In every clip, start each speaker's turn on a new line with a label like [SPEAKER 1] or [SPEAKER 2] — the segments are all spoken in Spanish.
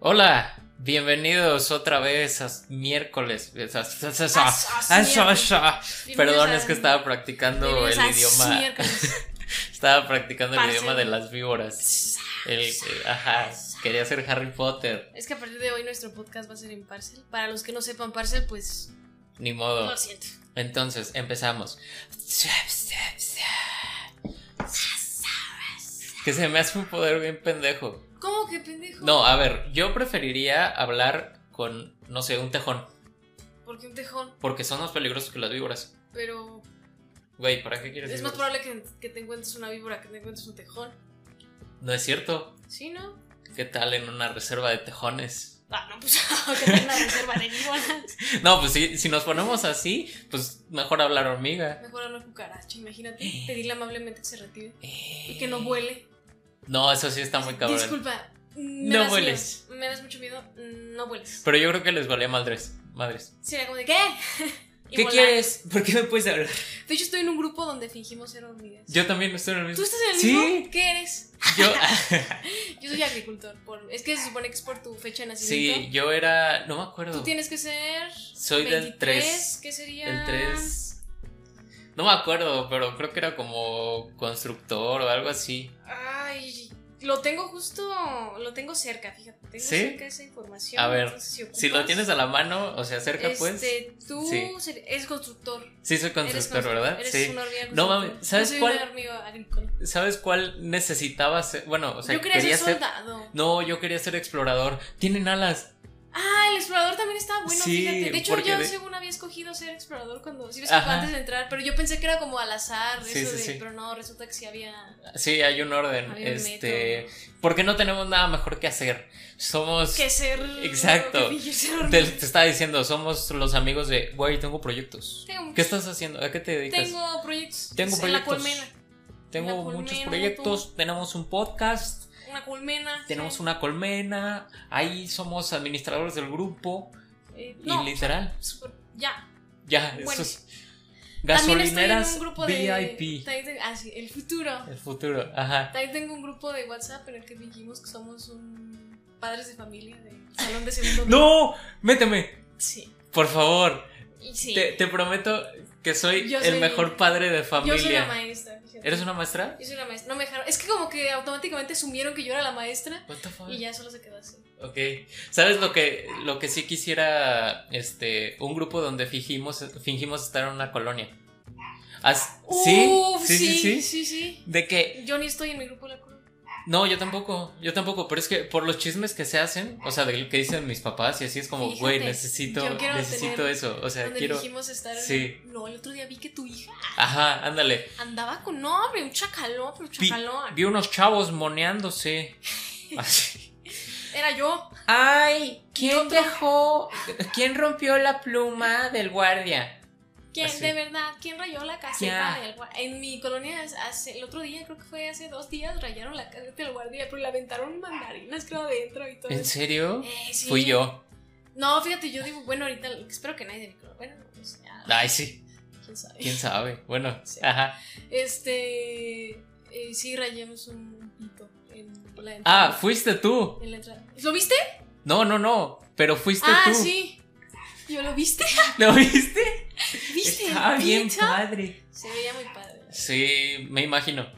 [SPEAKER 1] Hola, bienvenidos otra vez a miércoles. Es a- es a- es a-
[SPEAKER 2] A sos
[SPEAKER 1] a sos-
[SPEAKER 2] miércoles.
[SPEAKER 1] a- Perdón,
[SPEAKER 2] a-
[SPEAKER 1] es que estaba practicando el
[SPEAKER 2] Bienvenidos a
[SPEAKER 1] idioma.
[SPEAKER 2] miércoles.
[SPEAKER 1] Estaba practicando el
[SPEAKER 2] Parce.
[SPEAKER 1] idioma de las víboras. El, eh, ajá, quería ser Harry Potter.
[SPEAKER 2] Es que a partir de hoy nuestro podcast va a ser en Parcel. Para los que no sepan Parcel, pues
[SPEAKER 1] Ni modo.
[SPEAKER 2] lo siento.
[SPEAKER 1] Entonces, empezamos. Que se me hace un poder bien pendejo.
[SPEAKER 2] ¿Cómo que pendejo?
[SPEAKER 1] No, a ver, yo preferiría hablar con, no sé, un tejón.
[SPEAKER 2] Porque un tejón,
[SPEAKER 1] Porque son más peligrosos que las víboras.
[SPEAKER 2] pero
[SPEAKER 1] Güey, ¿para qué quieres
[SPEAKER 2] es más
[SPEAKER 1] víboras?
[SPEAKER 2] probable que, que te encuentres una víbora que te encuentres un tejón.
[SPEAKER 1] No es cierto.
[SPEAKER 2] ¿Sí, no?
[SPEAKER 1] ¿Qué tal en una reserva de tejones?
[SPEAKER 2] Ah, no, pues que tenga una reserva de víboras.
[SPEAKER 1] No, pues si, si nos ponemos así, pues mejor hablar hormiga.
[SPEAKER 2] Mejor a una cucaracha, imagínate. Pedirle amablemente que se retire.
[SPEAKER 1] Eh.
[SPEAKER 2] Y que no vuele.
[SPEAKER 1] No, eso sí está muy cabrón.
[SPEAKER 2] Disculpa. me
[SPEAKER 1] No
[SPEAKER 2] das
[SPEAKER 1] vueles.
[SPEAKER 2] miedo, Me das mucho miedo. mm, No vueles.
[SPEAKER 1] Pero yo creo que les valía madres. Madres.
[SPEAKER 2] Sería como de ¿qué? Y
[SPEAKER 1] ¿Qué
[SPEAKER 2] volar.
[SPEAKER 1] quieres? ¿Por qué me puedes hablar?
[SPEAKER 2] De hecho, estoy en un grupo donde fingimos ser hormigas.
[SPEAKER 1] Yo también estoy en el
[SPEAKER 2] ¿Tú
[SPEAKER 1] mismo.
[SPEAKER 2] estás en el
[SPEAKER 1] Sí.
[SPEAKER 2] mismo? ¿Qué eres?
[SPEAKER 1] Yo,
[SPEAKER 2] Yo soy agricultor. Por, es que se supone que es por tu fecha de nacimiento.
[SPEAKER 1] sí, yo era. No me acuerdo.
[SPEAKER 2] Tú tienes que ser.
[SPEAKER 1] Soy del 3.
[SPEAKER 2] ¿Qué sería?
[SPEAKER 1] El 3. No me acuerdo, pero creo que era como constructor o algo así.
[SPEAKER 2] Ay, lo tengo justo. Lo tengo cerca, fíjate. Tengo
[SPEAKER 1] ¿Sí?
[SPEAKER 2] cerca esa información.
[SPEAKER 1] A ver,
[SPEAKER 2] entonces, si,
[SPEAKER 1] Si lo
[SPEAKER 2] ocupas,
[SPEAKER 1] tienes a la mano, o sea, cerca, pues.
[SPEAKER 2] Este, tú
[SPEAKER 1] sí.
[SPEAKER 2] ser- eres constructor.
[SPEAKER 1] Sí, soy
[SPEAKER 2] eres
[SPEAKER 1] constructor, ¿verdad?
[SPEAKER 2] Eres
[SPEAKER 1] Sí.
[SPEAKER 2] una hormiga
[SPEAKER 1] No
[SPEAKER 2] constructora.
[SPEAKER 1] mames, ¿sabes
[SPEAKER 2] Yo soy
[SPEAKER 1] cuál?
[SPEAKER 2] una hormiga agrícola.
[SPEAKER 1] ¿Sabes cuál necesitaba ser? Bueno, o sea,
[SPEAKER 2] Yo quería, ser soldado.
[SPEAKER 1] No, yo quería ser explorador. Tienen alas.
[SPEAKER 2] Ah, el explorador también estaba bueno,
[SPEAKER 1] Sí,
[SPEAKER 2] fíjate. De hecho,
[SPEAKER 1] porque
[SPEAKER 2] yo
[SPEAKER 1] de-
[SPEAKER 2] según había escogido ser explorador cuando. Si ves que
[SPEAKER 1] Ajá.
[SPEAKER 2] antes de entrar, pero yo pensé que era como al azar,
[SPEAKER 1] Sí,
[SPEAKER 2] eso
[SPEAKER 1] sí,
[SPEAKER 2] de.
[SPEAKER 1] sí.
[SPEAKER 2] Pero no, resulta que sí había.
[SPEAKER 1] Sí, hay un orden.
[SPEAKER 2] había un
[SPEAKER 1] este,
[SPEAKER 2] método.
[SPEAKER 1] porque no tenemos nada mejor que hacer. Somos
[SPEAKER 2] Que ser.
[SPEAKER 1] Exacto.
[SPEAKER 2] que fingir ser
[SPEAKER 1] te,
[SPEAKER 2] hormiga.
[SPEAKER 1] te estaba diciendo, somos los amigos de, güey, tengo proyectos.
[SPEAKER 2] Tengo
[SPEAKER 1] ¿Qué
[SPEAKER 2] muchos-
[SPEAKER 1] estás haciendo? ¿A qué te dedicas?
[SPEAKER 2] Tengo proyectos.
[SPEAKER 1] Tengo
[SPEAKER 2] En la
[SPEAKER 1] proyectos.
[SPEAKER 2] colmena.
[SPEAKER 1] Tengo
[SPEAKER 2] una
[SPEAKER 1] muchos
[SPEAKER 2] colmena,
[SPEAKER 1] proyectos, tenemos un podcast,
[SPEAKER 2] Una colmena.
[SPEAKER 1] tenemos
[SPEAKER 2] sí.
[SPEAKER 1] una colmena, ahí somos administradores del grupo
[SPEAKER 2] Eh,
[SPEAKER 1] y
[SPEAKER 2] no,
[SPEAKER 1] literal,
[SPEAKER 2] super- ya.
[SPEAKER 1] ya,
[SPEAKER 2] Bueno.
[SPEAKER 1] eso es.
[SPEAKER 2] También estoy en
[SPEAKER 1] Gasolineras
[SPEAKER 2] un grupo de.
[SPEAKER 1] VIP.
[SPEAKER 2] también te- ah, sí, el futuro.
[SPEAKER 1] El futuro, ajá.
[SPEAKER 2] También tengo un grupo de WhatsApp en el que fingimos que somos un. Padres de familia de salón de segundo. grado.
[SPEAKER 1] ¡No! ¡Méteme!
[SPEAKER 2] Sí.
[SPEAKER 1] Por favor,
[SPEAKER 2] Y sí.
[SPEAKER 1] te, te prometo que soy
[SPEAKER 2] Yo
[SPEAKER 1] el
[SPEAKER 2] soy-
[SPEAKER 1] mejor padre de familia.
[SPEAKER 2] Yo soy la maestra, fíjate.
[SPEAKER 1] ¿Eres una maestra?
[SPEAKER 2] Yo soy la maestra. No me dejaron. Es que como que automáticamente asumieron que yo era la maestra
[SPEAKER 1] What the fuck?
[SPEAKER 2] y ya solo se quedó así.
[SPEAKER 1] Ok. ¿Sabes lo que, lo que sí quisiera? Este, un grupo donde fingimos, fingimos estar en una colonia. As- ¿sí?
[SPEAKER 2] Uf,
[SPEAKER 1] ¿Sí, sí, sí,
[SPEAKER 2] sí, sí.
[SPEAKER 1] De que,
[SPEAKER 2] Yo ni estoy en mi grupo de la colonia.
[SPEAKER 1] no, yo tampoco, yo tampoco, pero es que por los chismes que se hacen, o sea, de lo que dicen mis papás y así es como,
[SPEAKER 2] Fíjate,
[SPEAKER 1] güey, necesito,
[SPEAKER 2] yo quiero
[SPEAKER 1] necesito
[SPEAKER 2] tener-
[SPEAKER 1] eso, o sea,
[SPEAKER 2] Donde
[SPEAKER 1] quiero,
[SPEAKER 2] dijimos estar. en-
[SPEAKER 1] sí.
[SPEAKER 2] No, el otro día vi que tu hija
[SPEAKER 1] ajá, ándale,
[SPEAKER 2] andaba con. No, hombre, un chacalón, pero un
[SPEAKER 1] Vi-
[SPEAKER 2] chacalón.
[SPEAKER 1] vi unos chavos moneándose, Así.
[SPEAKER 2] Era yo.
[SPEAKER 1] Ay,
[SPEAKER 2] ¿quién
[SPEAKER 1] dejó, quién rompió la pluma del guardia?
[SPEAKER 2] ¿Quién,
[SPEAKER 1] Así.
[SPEAKER 2] de verdad, ¿quién rayó la caseta
[SPEAKER 1] Ah, Ya.
[SPEAKER 2] del guardia? En mi colonia, es- hace, el otro día, creo que fue hace dos días, rayaron la caseta del guardia, pero le aventaron mandarinas, creo, adentro y todo.
[SPEAKER 1] ¿En serio?
[SPEAKER 2] Eh, sí.
[SPEAKER 1] Fui yo.
[SPEAKER 2] No, fíjate, yo digo, bueno, ahorita espero que nadie de mi club. Bueno, pues ya,
[SPEAKER 1] Ay, sí,
[SPEAKER 2] quién sabe.
[SPEAKER 1] quién sabe. Bueno,
[SPEAKER 2] Sí.
[SPEAKER 1] ajá.
[SPEAKER 2] Este. eh, sí, rayamos un pito en la entrada.
[SPEAKER 1] Ah, fuiste tú.
[SPEAKER 2] En la entrada. ¿Lo viste?
[SPEAKER 1] No, no, no, pero fuiste
[SPEAKER 2] Ah,
[SPEAKER 1] tú.
[SPEAKER 2] sí. Yo lo viste.
[SPEAKER 1] ¿Lo viste?
[SPEAKER 2] ¿Viste? el
[SPEAKER 1] Estaba bien
[SPEAKER 2] pito?
[SPEAKER 1] padre.
[SPEAKER 2] Se veía muy padre.
[SPEAKER 1] Sí, me imagino.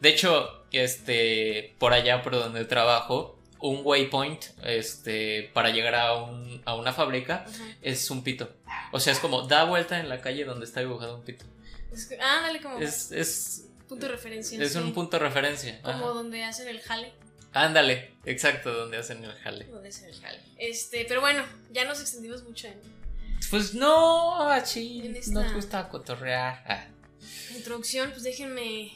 [SPEAKER 1] De hecho, este, por allá por donde trabajo, un waypoint, este, para llegar a, un, a una fábrica,
[SPEAKER 2] Ajá.
[SPEAKER 1] es un pito. O sea, es como, da vuelta en la calle donde está dibujado un pito.
[SPEAKER 2] Es que- ah, dale como
[SPEAKER 1] Es, es,
[SPEAKER 2] punto de referencia.
[SPEAKER 1] es
[SPEAKER 2] sí.
[SPEAKER 1] un punto de referencia. Ajá.
[SPEAKER 2] Como donde hacen el jale.
[SPEAKER 1] Ándale, exacto, donde hacen el jale.
[SPEAKER 2] Donde hacen el jale. Este, pero bueno, ya nos extendimos mucho en
[SPEAKER 1] Pues no, así
[SPEAKER 2] En esta-
[SPEAKER 1] nos gusta cotorrear. Ah,
[SPEAKER 2] introducción, pues déjenme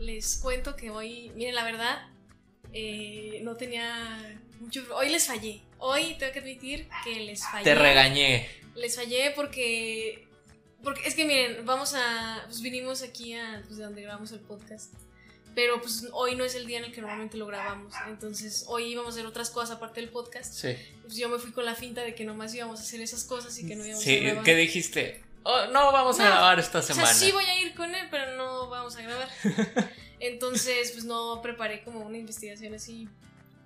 [SPEAKER 2] les cuento que hoy, miren, la verdad, eh, no tenía mucho. Hoy les fallé. Hoy tengo que admitir que les fallé.
[SPEAKER 1] te regañé.
[SPEAKER 2] Les fallé porque. Porque es que miren, vamos a. Pues vinimos aquí a. Pues de donde grabamos el podcast. Pero pues hoy no es el día en el que normalmente lo grabamos. Entonces hoy íbamos a hacer otras cosas aparte del podcast.
[SPEAKER 1] Sí.
[SPEAKER 2] Pues yo me fui con la finta de que nomás íbamos a hacer esas cosas y que no íbamos a
[SPEAKER 1] Sí,
[SPEAKER 2] grabar.
[SPEAKER 1] ¿qué dijiste? Oh, no, vamos a
[SPEAKER 2] No,
[SPEAKER 1] grabar esta
[SPEAKER 2] O
[SPEAKER 1] semana.
[SPEAKER 2] sea, sí voy a ir con él, pero no vamos a grabar. Entonces, pues no preparé como una investigación así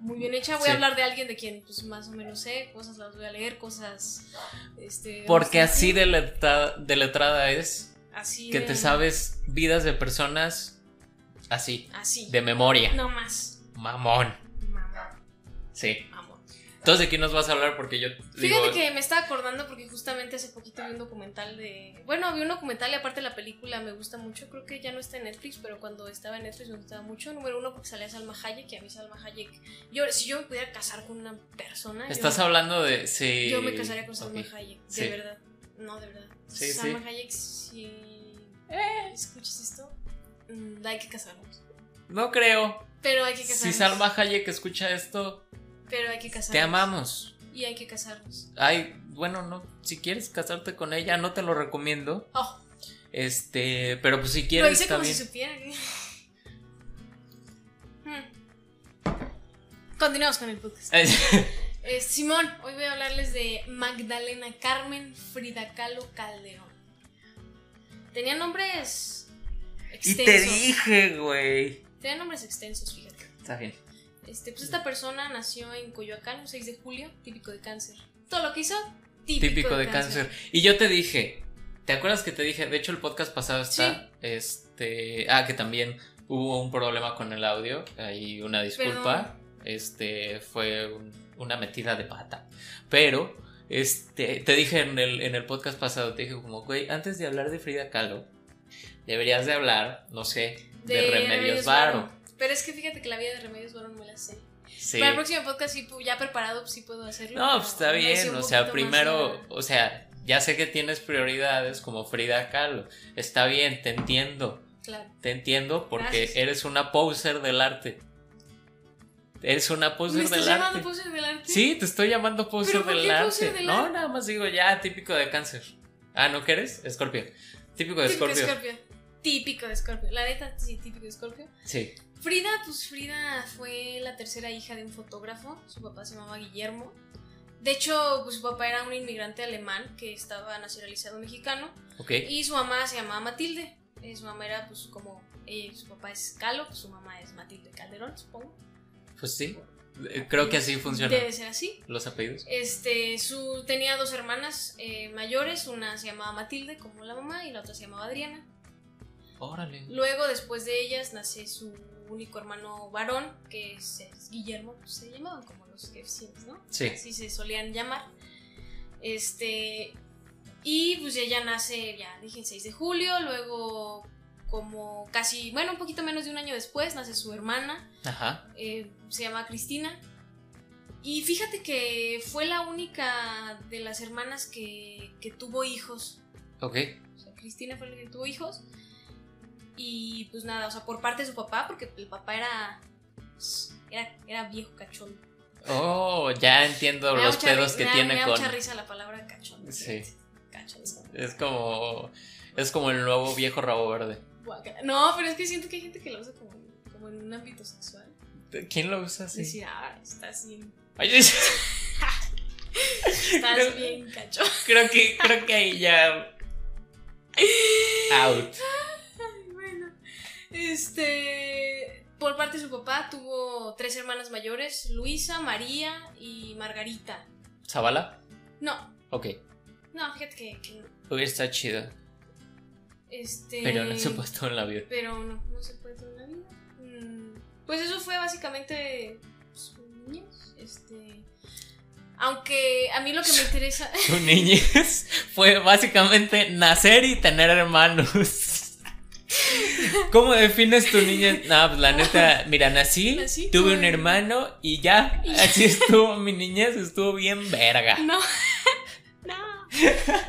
[SPEAKER 2] muy bien hecha. Voy
[SPEAKER 1] Sí.
[SPEAKER 2] a hablar de alguien de quien pues más o menos sé, cosas las voy a leer, cosas este
[SPEAKER 1] Porque
[SPEAKER 2] vamos a
[SPEAKER 1] así
[SPEAKER 2] decir,
[SPEAKER 1] de letra- de letrada es
[SPEAKER 2] así
[SPEAKER 1] que
[SPEAKER 2] de-
[SPEAKER 1] te sabes vidas de personas así,
[SPEAKER 2] así.
[SPEAKER 1] de memoria.
[SPEAKER 2] No más.
[SPEAKER 1] Mamón.
[SPEAKER 2] Mamá,
[SPEAKER 1] Sí.
[SPEAKER 2] mamá.
[SPEAKER 1] Entonces, ¿de quién nos vas a hablar? Porque yo digo,
[SPEAKER 2] Fíjate que me estaba acordando porque justamente hace poquito vi un documental de. Bueno, vi un documental y aparte la película me gusta mucho. Creo que ya no está en Netflix, pero cuando estaba en Netflix me gustaba mucho. Número uno, porque salía Salma Hayek, que a mí Salma Hayek. Yo, si yo me pudiera casar con una persona. Ah, yo
[SPEAKER 1] estás
[SPEAKER 2] me-
[SPEAKER 1] hablando de... Sí.
[SPEAKER 2] Yo me casaría con Salma
[SPEAKER 1] Ok.
[SPEAKER 2] Hayek, de
[SPEAKER 1] Sí.
[SPEAKER 2] verdad. No, de verdad.
[SPEAKER 1] Sí,
[SPEAKER 2] Salma
[SPEAKER 1] sí.
[SPEAKER 2] Hayek, si eh, escuchas esto, mm, hay que casarnos.
[SPEAKER 1] No creo.
[SPEAKER 2] Pero hay que casarnos.
[SPEAKER 1] Si Salma Hayek escucha esto,
[SPEAKER 2] Pero hay que casarnos.
[SPEAKER 1] te amamos.
[SPEAKER 2] Y hay que casarnos.
[SPEAKER 1] Ay, bueno, no. Si quieres casarte con ella, no te lo recomiendo.
[SPEAKER 2] Oh,
[SPEAKER 1] Este, pero pues si
[SPEAKER 2] lo
[SPEAKER 1] quieres
[SPEAKER 2] hice
[SPEAKER 1] está
[SPEAKER 2] como
[SPEAKER 1] bien.
[SPEAKER 2] si supiera. que- Hmm. Continuamos con el podcast. Eh, Simón, hoy voy a hablarles de Magdalena Carmen Frida Kahlo Calderón. Tenía nombres extensos.
[SPEAKER 1] dije, güey.
[SPEAKER 2] Tenía nombres extensos, fíjate.
[SPEAKER 1] Está bien.
[SPEAKER 2] Este, pues esta persona nació en Coyoacán un 6 de julio, típico de cáncer. Todo lo que hizo, típico,
[SPEAKER 1] Típico de cáncer. Y yo te dije, ¿te acuerdas que te dije? De hecho, el podcast pasado está.
[SPEAKER 2] Sí.
[SPEAKER 1] Este. Ah, que también hubo un problema con el audio. Ahí una disculpa. Este. Fue un- una metida de pata. Pero. Este. Te dije en el, en el podcast pasado, te dije como, güey, antes de hablar de Frida Kahlo, deberías de hablar, no sé, de, Remedios Varo.
[SPEAKER 2] Pero es que fíjate que la vida de Remedios Varo no me la sé.
[SPEAKER 1] Sí.
[SPEAKER 2] Para el próximo podcast, sí, pu- ya preparado, pues, sí puedo hacerlo.
[SPEAKER 1] No, pues está
[SPEAKER 2] Me hice
[SPEAKER 1] bien,
[SPEAKER 2] un
[SPEAKER 1] o sea,
[SPEAKER 2] poquito más
[SPEAKER 1] primero,
[SPEAKER 2] la-
[SPEAKER 1] o sea, ya sé que tienes prioridades como Frida Kahlo, está bien, te entiendo,
[SPEAKER 2] Claro.
[SPEAKER 1] te entiendo porque
[SPEAKER 2] Gracias.
[SPEAKER 1] eres una poser del arte. Eres una
[SPEAKER 2] ¿Me
[SPEAKER 1] poser
[SPEAKER 2] estás
[SPEAKER 1] del
[SPEAKER 2] llamando
[SPEAKER 1] arte.
[SPEAKER 2] poser del arte?
[SPEAKER 1] Sí, te estoy llamando poser
[SPEAKER 2] ¿Pero por
[SPEAKER 1] del
[SPEAKER 2] qué
[SPEAKER 1] arte.
[SPEAKER 2] poser del
[SPEAKER 1] no,
[SPEAKER 2] arte?
[SPEAKER 1] nada más digo ya, típico de cáncer. Ah, ¿no quieres? Escorpio. Típico de
[SPEAKER 2] Típico de
[SPEAKER 1] Escorpio.
[SPEAKER 2] Scorpio. Típico de Scorpio. La neta, sí, típico de Scorpio.
[SPEAKER 1] Sí,
[SPEAKER 2] Frida, pues Frida fue la tercera hija de un fotógrafo, su papá se llamaba Guillermo. De hecho, pues, su papá era un inmigrante alemán que estaba nacionalizado mexicano
[SPEAKER 1] ok.
[SPEAKER 2] y su mamá se llamaba Matilde. Eh, su mamá era pues como, eh, su papá es Calo, pues, su mamá es Matilde Calderón, supongo.
[SPEAKER 1] Pues sí, eh, creo que así funciona.
[SPEAKER 2] Debe ser así.
[SPEAKER 1] Los apellidos.
[SPEAKER 2] Este, su, tenía dos hermanas eh, mayores, una se llamaba Matilde como la mamá y la otra se llamaba Adriana.
[SPEAKER 1] Órale.
[SPEAKER 2] Luego, después de ellas, nace su único hermano varón, que es, es Guillermo, pues, se llamaban como los jefes, ¿no?
[SPEAKER 1] Sí,
[SPEAKER 2] Así se solían llamar. Este. Y pues ella nace, ya dije, el 6 de julio. Luego, como casi, bueno, un poquito menos de un año después, nace su hermana,
[SPEAKER 1] ajá.
[SPEAKER 2] eh, se llama Cristina. Y fíjate que fue la única de las hermanas que, que tuvo hijos.
[SPEAKER 1] Ok,
[SPEAKER 2] O sea, Cristina fue la que tuvo hijos. Y pues nada, o sea, por parte de su papá, porque el papá era. pues, Era, era viejo cachondo.
[SPEAKER 1] Oh, ya entiendo
[SPEAKER 2] Me da
[SPEAKER 1] los
[SPEAKER 2] mucha
[SPEAKER 1] pedos
[SPEAKER 2] ri-
[SPEAKER 1] que
[SPEAKER 2] me da-
[SPEAKER 1] tiene
[SPEAKER 2] me da
[SPEAKER 1] con.
[SPEAKER 2] mucha risa la palabra cachondo.
[SPEAKER 1] Sí.
[SPEAKER 2] Cachondo.
[SPEAKER 1] Es como. Es como el nuevo viejo rabo verde.
[SPEAKER 2] Guácala. No, pero es que siento que hay gente que lo usa como, como en un ámbito sexual.
[SPEAKER 1] ¿Quién lo usa
[SPEAKER 2] Sí.
[SPEAKER 1] así?
[SPEAKER 2] Decir, ah, estás bien.
[SPEAKER 1] Ay, sí, sí.
[SPEAKER 2] Estás
[SPEAKER 1] Creo-
[SPEAKER 2] bien cachondo.
[SPEAKER 1] Creo que, creo que ahí ya. Out.
[SPEAKER 2] Ay, bueno. Este. Por parte de su papá tuvo tres hermanas mayores: Luisa, María y Margarita.
[SPEAKER 1] ¿Zavala?
[SPEAKER 2] No,
[SPEAKER 1] Ok.
[SPEAKER 2] no, fíjate que- que no.
[SPEAKER 1] Hubiera estado chido.
[SPEAKER 2] Este,
[SPEAKER 1] Pero no se puede todo en la vida.
[SPEAKER 2] Pero no, no se puede toda la vida. Mm, Pues eso fue básicamente su niñez. Este, aunque a mí lo que me interesa.
[SPEAKER 1] Su niñez fue básicamente nacer y tener hermanos. ¿Cómo defines tu niñez? No, pues la neta, mira, nací,
[SPEAKER 2] Nací,
[SPEAKER 1] tuve
[SPEAKER 2] tuve-
[SPEAKER 1] un hermano y ya,
[SPEAKER 2] Y ya.
[SPEAKER 1] así estuvo mi niñez, estuvo bien verga.
[SPEAKER 2] No. No.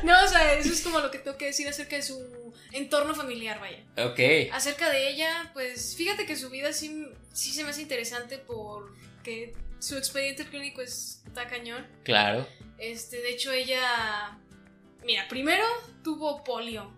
[SPEAKER 2] No, o sea, eso es como lo que tengo que decir acerca de su entorno familiar, vaya.
[SPEAKER 1] Ok,
[SPEAKER 2] Acerca de ella, pues fíjate que su vida sí, sí se me hace interesante porque su expediente clínico está cañón.
[SPEAKER 1] claro.
[SPEAKER 2] Este, de hecho, ella. Mira, primero tuvo polio.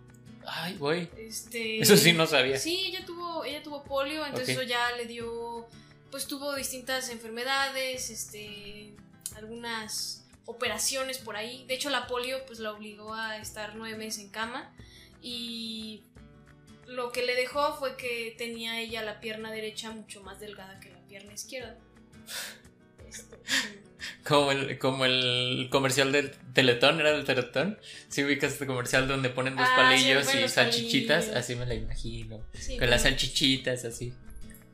[SPEAKER 1] Ay, güey.
[SPEAKER 2] Este.
[SPEAKER 1] Eso sí no sabía.
[SPEAKER 2] Sí, ella tuvo, ella tuvo polio, entonces
[SPEAKER 1] Ok.
[SPEAKER 2] eso ya le dio, pues tuvo distintas enfermedades, este, algunas operaciones por ahí. De hecho, la polio pues la obligó a estar nueve meses en cama y lo que le dejó fue que tenía ella la pierna derecha mucho más delgada que la pierna izquierda. Este,
[SPEAKER 1] Como el, como el comercial del Teletón, ¿era del Teletón? Si ubicas este comercial donde ponen dos
[SPEAKER 2] Ah,
[SPEAKER 1] palillos
[SPEAKER 2] siempre
[SPEAKER 1] y
[SPEAKER 2] los
[SPEAKER 1] salchichitas,
[SPEAKER 2] palillos.
[SPEAKER 1] así me la imagino.
[SPEAKER 2] sí,
[SPEAKER 1] Con las
[SPEAKER 2] pero-
[SPEAKER 1] salchichitas, así.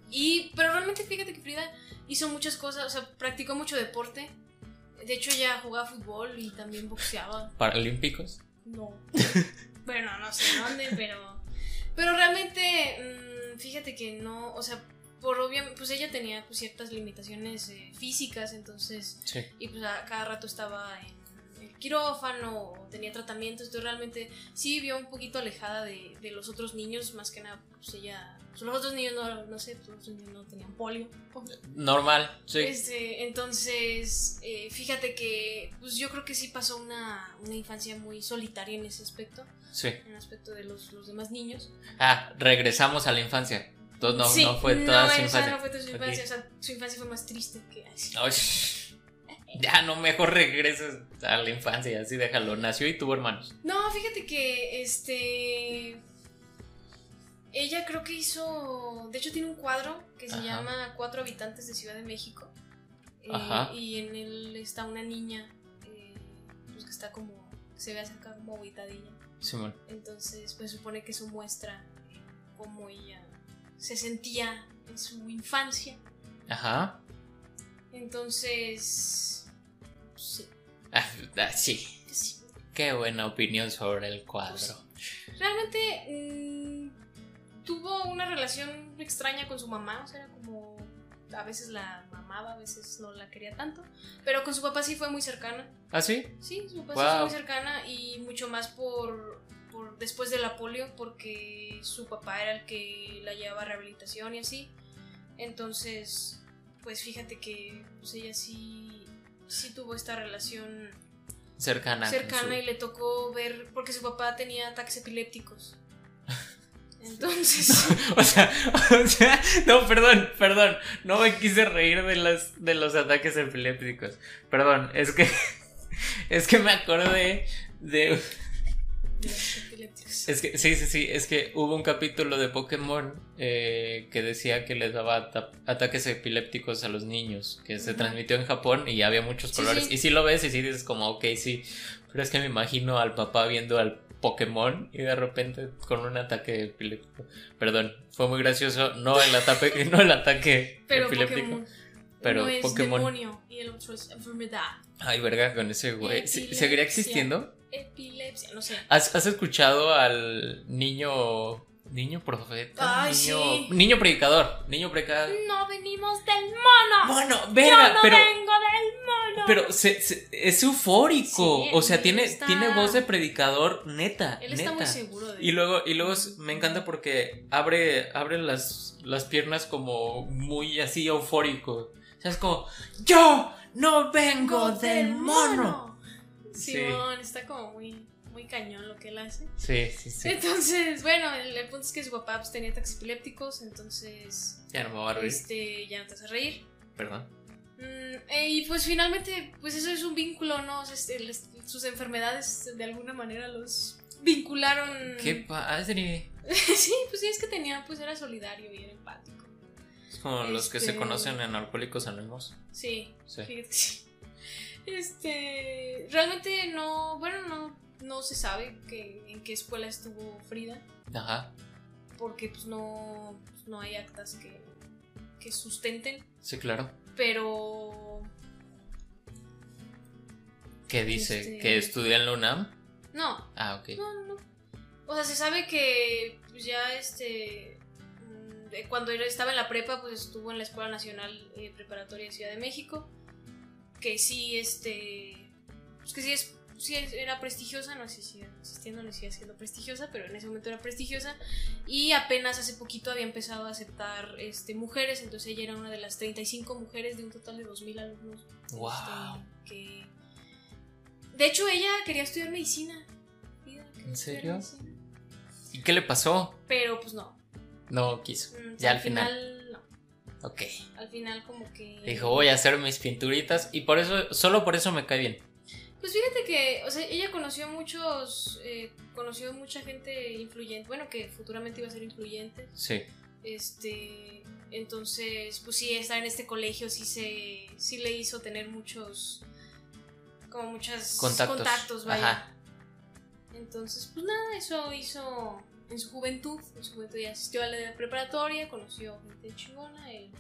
[SPEAKER 2] Y, pero realmente fíjate que Frida hizo muchas cosas, o sea, practicó mucho deporte. De hecho, ella jugaba fútbol y también boxeaba.
[SPEAKER 1] Paralímpicos.
[SPEAKER 2] No. bueno, no sé dónde, pero. Pero realmente, mm, fíjate que no, o sea, por obviamente, pues ella tenía pues, ciertas limitaciones eh, físicas, entonces,
[SPEAKER 1] Sí.
[SPEAKER 2] y pues a- cada rato estaba en el quirófano, o tenía tratamientos, entonces realmente sí vio un poquito alejada de, de los otros niños, más que nada, pues ella, pues, los otros niños no, no sé, pues, los otros niños no tenían polio.
[SPEAKER 1] Normal, sí.
[SPEAKER 2] Este, entonces, eh, fíjate que pues yo creo que sí pasó una, una infancia muy solitaria en ese aspecto,
[SPEAKER 1] Sí.
[SPEAKER 2] en el aspecto de los, los demás niños.
[SPEAKER 1] Ah, regresamos a la infancia. Entonces no,
[SPEAKER 2] Sí,
[SPEAKER 1] no fue toda
[SPEAKER 2] no,
[SPEAKER 1] su
[SPEAKER 2] esa
[SPEAKER 1] infancia.
[SPEAKER 2] no fue toda su
[SPEAKER 1] Ok.
[SPEAKER 2] infancia, o sea, su infancia fue más triste que así.
[SPEAKER 1] Ay, ya no, mejor regreses a la infancia, así déjalo. Nació y tuvo hermanos.
[SPEAKER 2] No, fíjate que, este, ella creo que hizo, de hecho tiene un cuadro que se
[SPEAKER 1] Ajá.
[SPEAKER 2] llama Cuatro habitantes de Ciudad de México, eh,
[SPEAKER 1] Ajá.
[SPEAKER 2] y en él está una niña, eh, pues que está como, se ve acerca como aguitadilla.
[SPEAKER 1] Simón.
[SPEAKER 2] Entonces, pues supone que eso muestra eh, cómo ella se sentía en su infancia.
[SPEAKER 1] Ajá.
[SPEAKER 2] Entonces, sí,
[SPEAKER 1] Ah, ah, sí.
[SPEAKER 2] pues sí.
[SPEAKER 1] Qué buena opinión sobre el cuadro.
[SPEAKER 2] Pues, Realmente mm, tuvo una relación extraña con su mamá, o sea, era como a veces la mamaba, a veces no la quería tanto, pero con su papá sí fue muy cercana.
[SPEAKER 1] ¿Ah, sí?
[SPEAKER 2] Sí, su papá sí
[SPEAKER 1] Guau.
[SPEAKER 2] fue muy cercana y mucho más por, por después de la polio, porque su papá era el que la llevaba a rehabilitación y así. Entonces, pues fíjate que pues, ella sí, sí tuvo esta relación
[SPEAKER 1] Cercana. con
[SPEAKER 2] cercana
[SPEAKER 1] su-
[SPEAKER 2] y le tocó ver, porque su papá tenía ataques epilépticos. Entonces,
[SPEAKER 1] O sea, o sea, no, perdón, perdón. No me quise reír de las de los ataques epilépticos. Perdón, es que es que me acordé de
[SPEAKER 2] de los epilépticos.
[SPEAKER 1] es que sí, sí, sí, es que hubo un capítulo de Pokémon eh, que decía que les daba ata- ataques epilépticos a los niños, que se
[SPEAKER 2] Ujú.
[SPEAKER 1] transmitió en Japón y había muchos
[SPEAKER 2] Sí,
[SPEAKER 1] colores.
[SPEAKER 2] sí.
[SPEAKER 1] Y sí lo ves y sí dices como, ok, sí, pero es que me imagino al papá viendo al Pokémon y de repente con un ataque epiléptico. Perdón, fue muy gracioso, no el ataque, no el ataque
[SPEAKER 2] Pero
[SPEAKER 1] epiléptico.
[SPEAKER 2] Pokémon,
[SPEAKER 1] pero
[SPEAKER 2] uno es
[SPEAKER 1] Pokémon.
[SPEAKER 2] demonio y el otro es enfermedad.
[SPEAKER 1] Ay, verga, con ese güey. ¿Se- ¿Seguirá
[SPEAKER 2] Epilepsia.
[SPEAKER 1] existiendo?
[SPEAKER 2] Epilepsia, no sé.
[SPEAKER 1] ¿Has, has escuchado al niño. Niño profeta?
[SPEAKER 2] Ay,
[SPEAKER 1] niño,
[SPEAKER 2] sí.
[SPEAKER 1] niño predicador. Niño predicador.
[SPEAKER 2] No venimos del mono.
[SPEAKER 1] Bueno,
[SPEAKER 2] Yo
[SPEAKER 1] verga,
[SPEAKER 2] no
[SPEAKER 1] pero.
[SPEAKER 2] vengo del mono.
[SPEAKER 1] Pero se- se- es eufórico.
[SPEAKER 2] Sí,
[SPEAKER 1] o sea,
[SPEAKER 2] él
[SPEAKER 1] tiene,
[SPEAKER 2] está-
[SPEAKER 1] tiene voz de predicador neta.
[SPEAKER 2] Él está
[SPEAKER 1] neta.
[SPEAKER 2] muy seguro de
[SPEAKER 1] Y luego, y luego s- me encanta porque abre, abre las, las piernas como muy así eufórico. O sea, es como. ¡Yo no vengo del mono! Sí.
[SPEAKER 2] Simón, está como muy, muy cañón lo que él hace.
[SPEAKER 1] Sí, sí, sí.
[SPEAKER 2] Entonces, bueno, el, el punto es que su papá pues, tenía ataques epilépticos, entonces
[SPEAKER 1] Ya no me voy a reír.
[SPEAKER 2] este, ya no te vas a reír.
[SPEAKER 1] Perdón.
[SPEAKER 2] Mm, eh, y pues finalmente, pues eso es un vínculo, ¿no? O sea, este, les- sus enfermedades de alguna manera los vincularon.
[SPEAKER 1] Qué Ah, padre.
[SPEAKER 2] sí, pues sí, es que tenía, pues era solidario y era empático.
[SPEAKER 1] Es como los que se
[SPEAKER 2] Este-
[SPEAKER 1] conocen en Alcohólicos Anónimos.
[SPEAKER 2] Sí,
[SPEAKER 1] Sí.
[SPEAKER 2] Fíjate que sí. Este, realmente no, bueno, no, no se sabe que, en qué escuela estuvo Frida,
[SPEAKER 1] Ajá.
[SPEAKER 2] porque pues no, pues, no hay actas que, que sustenten,
[SPEAKER 1] Sí, claro.
[SPEAKER 2] pero
[SPEAKER 1] Que dice
[SPEAKER 2] Este-
[SPEAKER 1] que estudia en la UNAM.
[SPEAKER 2] no,
[SPEAKER 1] Ah, ok.
[SPEAKER 2] no, no. O sea, se sabe que pues, ya este, mm, de cuando era- estaba en la prepa, pues estuvo en la Escuela Nacional eh, Preparatoria de Ciudad de México, que sí, este, pues que sí es sí es- era prestigiosa, no sé si sigue existiendo, no sigue siendo prestigiosa, pero en ese momento era prestigiosa y apenas hace poquito había empezado a aceptar este, mujeres, entonces ella era una de las 35 mujeres de un total de 2.000 alumnos.
[SPEAKER 1] Wow.
[SPEAKER 2] este, que... De hecho, ella quería estudiar medicina. Ella quería
[SPEAKER 1] ¿En
[SPEAKER 2] estudiar
[SPEAKER 1] serio?
[SPEAKER 2] medicina,
[SPEAKER 1] ¿Y qué le pasó?
[SPEAKER 2] Pero pues no.
[SPEAKER 1] No quiso.
[SPEAKER 2] Mm,
[SPEAKER 1] Ya al final.
[SPEAKER 2] no.
[SPEAKER 1] Ok.
[SPEAKER 2] Al final como que...
[SPEAKER 1] Dijo, voy a hacer mis pinturitas. Y por eso, solo por eso me cae bien.
[SPEAKER 2] Pues fíjate que, o sea, ella conoció muchos, eh, conoció mucha gente influyente, bueno, que futuramente iba a ser influyente,
[SPEAKER 1] Sí.
[SPEAKER 2] este, Entonces, pues sí, estar en este colegio sí, se, sí le hizo tener muchos, como muchos
[SPEAKER 1] Contactos.
[SPEAKER 2] contactos, vaya.
[SPEAKER 1] Ajá.
[SPEAKER 2] Entonces, pues nada, eso hizo en su juventud. En su juventud ya asistió a la preparatoria, conoció gente chingona. y-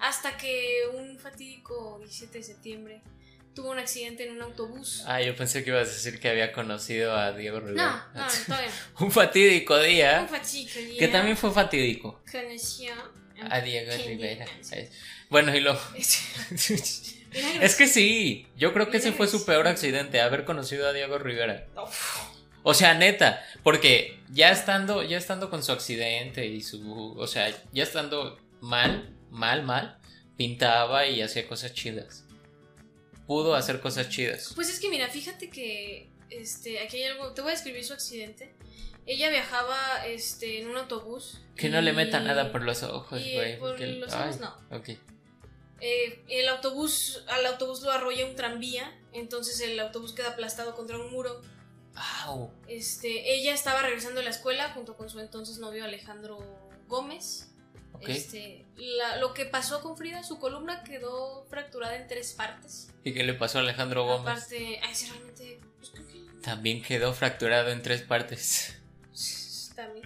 [SPEAKER 2] hasta que un fatídico 17 de septiembre tuvo un accidente en un autobús.
[SPEAKER 1] Ah, yo pensé que ibas a decir que había conocido a Diego
[SPEAKER 2] no,
[SPEAKER 1] Rivera.
[SPEAKER 2] no, todavía no.
[SPEAKER 1] Un fatídico día.
[SPEAKER 2] Un fatídico día
[SPEAKER 1] Que también fue fatídico.
[SPEAKER 2] conoció
[SPEAKER 1] A Diego
[SPEAKER 2] Sí,
[SPEAKER 1] Rivera.
[SPEAKER 2] sí.
[SPEAKER 1] Bueno, y lo.
[SPEAKER 2] Milagros.
[SPEAKER 1] Es que sí, yo creo que ese fue su peor accidente, haber conocido a Diego Rivera. O sea, neta, porque ya estando, ya estando con su accidente y su, o sea, ya estando mal, mal, mal, pintaba y hacía cosas chidas. Pudo hacer cosas chidas.
[SPEAKER 2] Pues es que mira, fíjate que este, aquí hay algo, te voy a describir su accidente. Ella viajaba este, en un autobús.
[SPEAKER 1] Que no le
[SPEAKER 2] y-
[SPEAKER 1] meta nada por los ojos,
[SPEAKER 2] y eh,
[SPEAKER 1] güey.
[SPEAKER 2] por
[SPEAKER 1] porque-
[SPEAKER 2] los
[SPEAKER 1] ay,
[SPEAKER 2] ojos no.
[SPEAKER 1] ok.
[SPEAKER 2] Eh, el autobús, al autobús lo arrolla un tranvía, entonces el autobús queda aplastado contra un muro.
[SPEAKER 1] Au.
[SPEAKER 2] Este, ella estaba regresando de la escuela junto con su entonces novio Alejandro Gómez.
[SPEAKER 1] ok.
[SPEAKER 2] Este, la- lo que pasó con Frida, su columna quedó fracturada en tres partes.
[SPEAKER 1] ¿Y qué le pasó a Alejandro Gómez?
[SPEAKER 2] Aparte, ay, sí, realmente, pues, creo que
[SPEAKER 1] También quedó fracturado en tres partes.
[SPEAKER 2] También.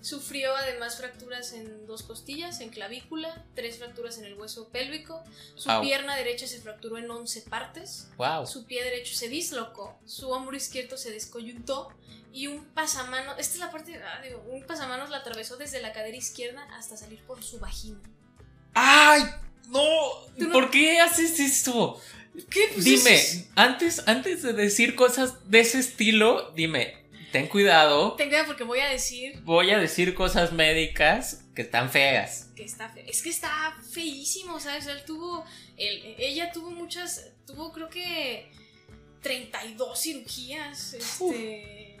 [SPEAKER 2] Sufrió además fracturas en dos costillas, en clavícula, tres fracturas en el hueso pélvico. Su
[SPEAKER 1] Au.
[SPEAKER 2] pierna derecha se fracturó en 11 partes.
[SPEAKER 1] Wow.
[SPEAKER 2] Su pie derecho se dislocó. Su hombro izquierdo se descoyuntó. Y un pasamano, esta es la parte, ah, digo, un pasamanos la atravesó desde la cadera izquierda hasta salir por su vagina.
[SPEAKER 1] ¡Ay! ¡No!
[SPEAKER 2] Tú no-
[SPEAKER 1] ¿Por qué haces esto?
[SPEAKER 2] ¿Qué? Pues
[SPEAKER 1] Dime, antes, antes de decir cosas de ese estilo, dime, ten cuidado.
[SPEAKER 2] Ten cuidado porque voy a decir
[SPEAKER 1] Voy a decir cosas médicas que están feas.
[SPEAKER 2] que está fe- es que está feísimo, ¿sabes? Él tuvo él- ella tuvo muchas tuvo creo que 32 cirugías este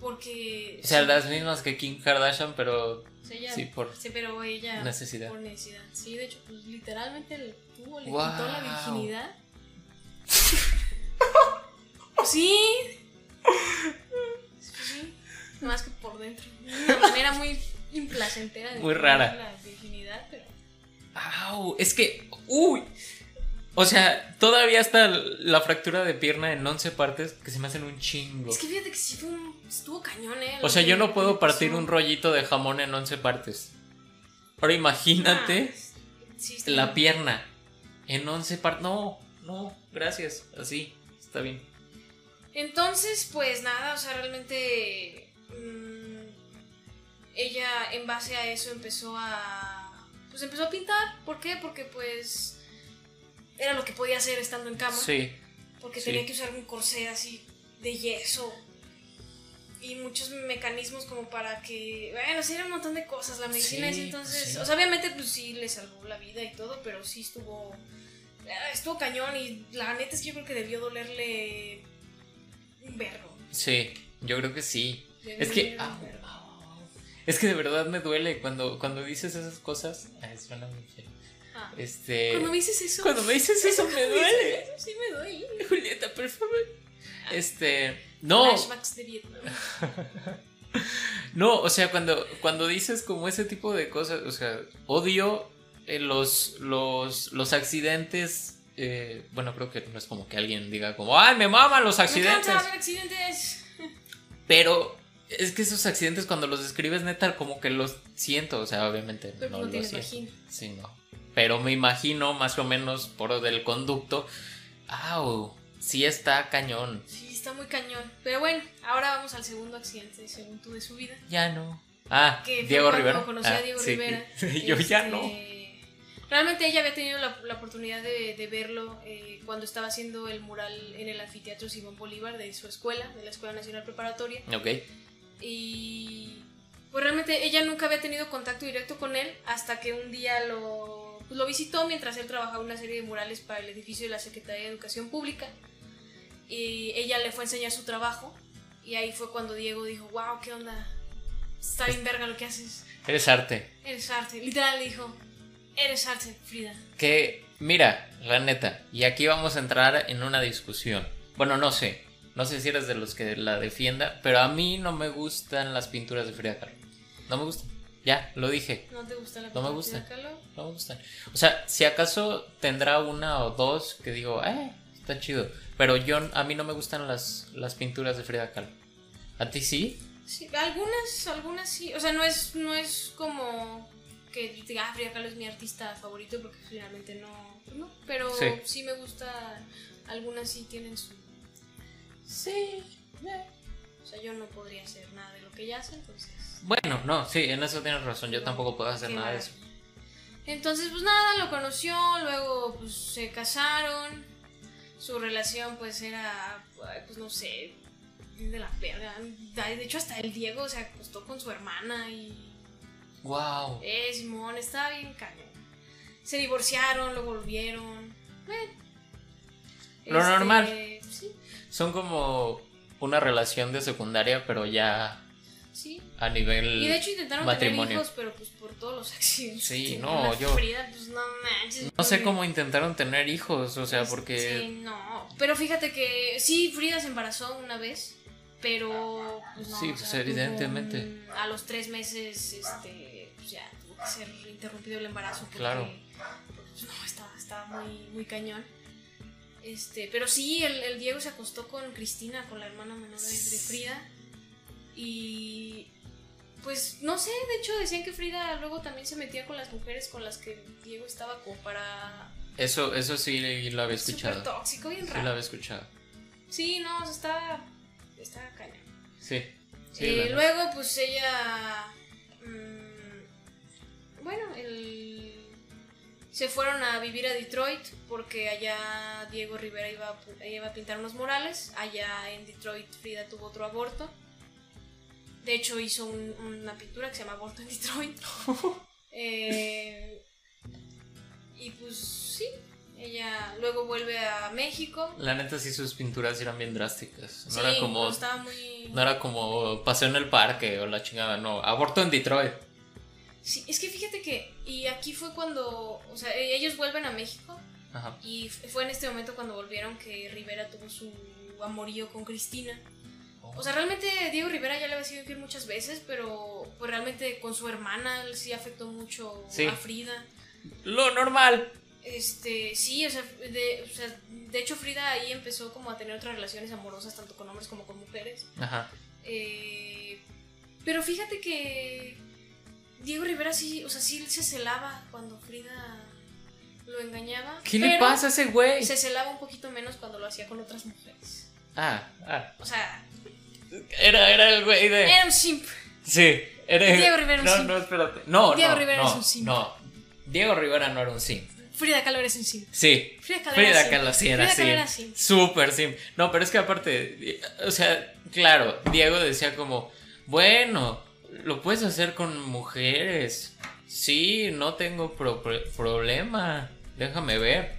[SPEAKER 2] porque
[SPEAKER 1] O sea,
[SPEAKER 2] sí,
[SPEAKER 1] las mismas que Kim Kardashian, pero
[SPEAKER 2] o sea, ella-
[SPEAKER 1] sí, por
[SPEAKER 2] sí, pero ella
[SPEAKER 1] necesidad.
[SPEAKER 2] por necesidad. Sí, de hecho, pues literalmente le tuvo, le
[SPEAKER 1] Guau.
[SPEAKER 2] quitó la virginidad. sí. Sí. Más que por dentro. De una manera muy implacentera de
[SPEAKER 1] Muy rara.
[SPEAKER 2] quitarle la virginidad, pero
[SPEAKER 1] ¡Au! Es que, uy. O sea, todavía está la fractura de pierna en 11 partes que se me hacen un chingo.
[SPEAKER 2] Es que fíjate que sí fue un, estuvo cañón, ¿eh?
[SPEAKER 1] O sea, yo no puedo partir un
[SPEAKER 2] rollo
[SPEAKER 1] rollito de jamón en 11 partes. Ahora
[SPEAKER 2] Ah,
[SPEAKER 1] imagínate
[SPEAKER 2] sí, está
[SPEAKER 1] la
[SPEAKER 2] bien.
[SPEAKER 1] pierna en 11 partes. No, no, gracias. Así, está bien.
[SPEAKER 2] Entonces, pues nada, o sea, realmente mm, ella en base a eso empezó a... Pues empezó a pintar. ¿Por qué? Porque pues era lo que podía hacer estando en cama.
[SPEAKER 1] Sí.
[SPEAKER 2] porque
[SPEAKER 1] sí.
[SPEAKER 2] tenía que usar un corsé así de yeso. Y muchos mecanismos como para que... Bueno, sí, era un montón de cosas la medicina.
[SPEAKER 1] Sí,
[SPEAKER 2] es entonces,
[SPEAKER 1] sí.
[SPEAKER 2] o sea, obviamente pues sí le salvó la vida y todo, pero sí estuvo... ah, Estuvo cañón y la neta es que yo creo que debió dolerle un vergo.
[SPEAKER 1] Sí, yo creo que sí.
[SPEAKER 2] Debió
[SPEAKER 1] Es que. ah,
[SPEAKER 2] dolerle un
[SPEAKER 1] au,
[SPEAKER 2] vergo.
[SPEAKER 1] au, au. Es que de verdad me duele cuando, cuando dices esas cosas. Ay, suena muy feo.
[SPEAKER 2] Ah.
[SPEAKER 1] Este.
[SPEAKER 2] Cuando me dices eso...
[SPEAKER 1] Cuando me dices eso
[SPEAKER 2] cuando
[SPEAKER 1] me
[SPEAKER 2] dices
[SPEAKER 1] duele.
[SPEAKER 2] eso, sí me duele.
[SPEAKER 1] Julieta, por favor. Este. No.
[SPEAKER 2] Flashbacks de Vietnam.
[SPEAKER 1] No, o sea, cuando, cuando dices como ese tipo de cosas, o sea, odio eh, los, los, los accidentes. eh, bueno, creo que no es como que alguien diga como, ¡ay, me maman los
[SPEAKER 2] Me
[SPEAKER 1] accidentes!
[SPEAKER 2] encanta ver accidentes.
[SPEAKER 1] Pero es que esos accidentes cuando los describes, neta, como que los siento, o sea, obviamente
[SPEAKER 2] Pero
[SPEAKER 1] no
[SPEAKER 2] no,
[SPEAKER 1] lo
[SPEAKER 2] te lo
[SPEAKER 1] siento.
[SPEAKER 2] imagino.
[SPEAKER 1] Sí, no. Pero me imagino más o menos por del conducto, ¡au! Sí está cañón.
[SPEAKER 2] Sí, está muy cañón. Pero bueno, ahora vamos al segundo accidente, según tú, de su vida.
[SPEAKER 1] Ya no. Ah,
[SPEAKER 2] Que fue
[SPEAKER 1] Diego
[SPEAKER 2] cuando
[SPEAKER 1] Rivera.
[SPEAKER 2] conocí a
[SPEAKER 1] Ah,
[SPEAKER 2] Diego
[SPEAKER 1] sí.
[SPEAKER 2] Rivera.
[SPEAKER 1] Yo ya
[SPEAKER 2] Este,
[SPEAKER 1] no.
[SPEAKER 2] Realmente ella había tenido la, la oportunidad de, de verlo eh, cuando estaba haciendo el mural en el anfiteatro Simón Bolívar de su escuela, de la Escuela Nacional Preparatoria.
[SPEAKER 1] Ok.
[SPEAKER 2] Y pues realmente ella nunca había tenido contacto directo con él hasta que un día lo, pues, lo visitó mientras él trabajaba una serie de murales para el edificio de la Secretaría de Educación Pública. Y ella le fue a enseñar su trabajo y ahí fue cuando Diego dijo, wow, ¿qué onda? Está bien verga lo que haces.
[SPEAKER 1] Eres arte.
[SPEAKER 2] Eres arte. Literal le dijo, eres arte, Frida.
[SPEAKER 1] Que, mira, la neta, y aquí vamos a entrar en una discusión. Bueno, no sé, no sé si eres de los que la defienda, pero a mí no me gustan las pinturas de Frida Kahlo. No me gustan. Ya, lo dije.
[SPEAKER 2] ¿No te gusta la
[SPEAKER 1] No me
[SPEAKER 2] comida
[SPEAKER 1] gusta.
[SPEAKER 2] de calor?
[SPEAKER 1] No me gustan. O sea, si acaso tendrá una o dos que digo, eh, está chido. Pero yo, a mí no me gustan las, las pinturas de Frida Kahlo. ¿A ti sí?
[SPEAKER 2] Sí, algunas, algunas sí. O sea, no es, no es como que yo te diga, ah, Frida Kahlo es mi artista favorito, porque generalmente no. pues no pero
[SPEAKER 1] Sí.
[SPEAKER 2] sí. me gusta. Algunas sí tienen su.
[SPEAKER 1] Sí.
[SPEAKER 2] O sea, yo no podría hacer nada de lo que ella hace, entonces.
[SPEAKER 1] Bueno, no, sí, en eso tienes razón. Yo
[SPEAKER 2] no,
[SPEAKER 1] tampoco puedo hacer
[SPEAKER 2] qué
[SPEAKER 1] nada de
[SPEAKER 2] raro.
[SPEAKER 1] eso.
[SPEAKER 2] Entonces, pues nada, lo conoció, luego pues se casaron. Su relación pues era, pues no sé, de la verga. De hecho, hasta el Diego se acostó con su hermana y
[SPEAKER 1] Wow.
[SPEAKER 2] Eh, Simón, estaba bien cañón. Se divorciaron, lo volvieron. Eh. Este,
[SPEAKER 1] Lo normal.
[SPEAKER 2] Sí,
[SPEAKER 1] Son como una relación de secundaria, pero ya
[SPEAKER 2] sí.
[SPEAKER 1] a nivel...
[SPEAKER 2] Y de hecho intentaron
[SPEAKER 1] matrimonio.
[SPEAKER 2] tener hijos, pero pues por todos los accidentes.
[SPEAKER 1] Sí,
[SPEAKER 2] que
[SPEAKER 1] no,
[SPEAKER 2] la
[SPEAKER 1] yo-
[SPEAKER 2] Frida, pues, no manches,
[SPEAKER 1] No sé
[SPEAKER 2] pobre.
[SPEAKER 1] cómo intentaron tener hijos, o sea, porque...
[SPEAKER 2] Pues, Sí, no. Pero fíjate que sí, Frida se embarazó una vez, pero. Pues, no,
[SPEAKER 1] Sí,
[SPEAKER 2] o
[SPEAKER 1] pues,
[SPEAKER 2] sea, tuvo
[SPEAKER 1] evidentemente.
[SPEAKER 2] un- a los tres meses, este, pues ya tuvo que ser interrumpido el embarazo. Porque,
[SPEAKER 1] Claro.
[SPEAKER 2] pues, no, estaba, estaba muy, muy cañón. Este, pero sí, el, el Diego se acostó con Cristina, con la hermana menor de, de Frida. Y. Pues no sé, de hecho decían que Frida luego también se metía con las mujeres con las que Diego estaba como para
[SPEAKER 1] Eso, eso sí lo había
[SPEAKER 2] Súper
[SPEAKER 1] escuchado.
[SPEAKER 2] tóxico, bien
[SPEAKER 1] Sí lo
[SPEAKER 2] raro.
[SPEAKER 1] había escuchado.
[SPEAKER 2] Sí, no, o sea, está. Está cañón.
[SPEAKER 1] Sí. sí,
[SPEAKER 2] Eh,
[SPEAKER 1] la neta.
[SPEAKER 2] luego, pues ella. mm, bueno, el. Se fueron a vivir a Detroit porque allá Diego Rivera iba a, pu- iba a pintar unos murales. Allá en Detroit Frida tuvo otro aborto. De hecho hizo un- una pintura que se llama Aborto en Detroit. Eh, y pues sí, ella luego vuelve a México.
[SPEAKER 1] La neta sí sus pinturas eran bien drásticas. No
[SPEAKER 2] Sí,
[SPEAKER 1] era como
[SPEAKER 2] no estaba muy...
[SPEAKER 1] no era como paseo en el parque o la chingada, no, aborto en Detroit.
[SPEAKER 2] Sí, es que fíjate que... Y aquí fue cuando... O sea, e- ellos vuelven a México
[SPEAKER 1] Ajá.
[SPEAKER 2] y f- fue en este momento cuando volvieron que Rivera tuvo su amorío con Cristina. O sea, realmente Diego Rivera ya le había sido infiel muchas veces, pero pues realmente con su hermana él sí afectó mucho
[SPEAKER 1] Sí.
[SPEAKER 2] a Frida.
[SPEAKER 1] Lo normal.
[SPEAKER 2] Este, sí, o sea, de, o sea, de hecho Frida ahí empezó como a tener otras relaciones amorosas tanto con hombres como con mujeres.
[SPEAKER 1] Ajá.
[SPEAKER 2] Eh, pero fíjate que Diego Rivera sí, o sea, sí se celaba cuando Frida lo engañaba.
[SPEAKER 1] ¿Qué le
[SPEAKER 2] pero
[SPEAKER 1] pasa a ese güey?
[SPEAKER 2] Se celaba un poquito menos cuando lo hacía con otras mujeres.
[SPEAKER 1] Ah, ah.
[SPEAKER 2] O sea,
[SPEAKER 1] Era era el güey de
[SPEAKER 2] era un simp.
[SPEAKER 1] Sí, era
[SPEAKER 2] Diego Rivera
[SPEAKER 1] No,
[SPEAKER 2] es un
[SPEAKER 1] no, espérate. No,
[SPEAKER 2] Diego
[SPEAKER 1] no,
[SPEAKER 2] Rivera
[SPEAKER 1] no,
[SPEAKER 2] es un simp.
[SPEAKER 1] No. Diego Rivera no era un simp.
[SPEAKER 2] Frida Kahlo era un simp.
[SPEAKER 1] Sí.
[SPEAKER 2] Frida Kahlo era
[SPEAKER 1] Frida
[SPEAKER 2] simp.
[SPEAKER 1] Kahlo sí era
[SPEAKER 2] Frida Kahlo era
[SPEAKER 1] simp.
[SPEAKER 2] simp.
[SPEAKER 1] Súper simp. No, pero es que aparte, eh, o sea, claro, Diego decía como, bueno, lo puedes hacer con mujeres. Sí, no tengo pro- pro- problema. Déjame ver.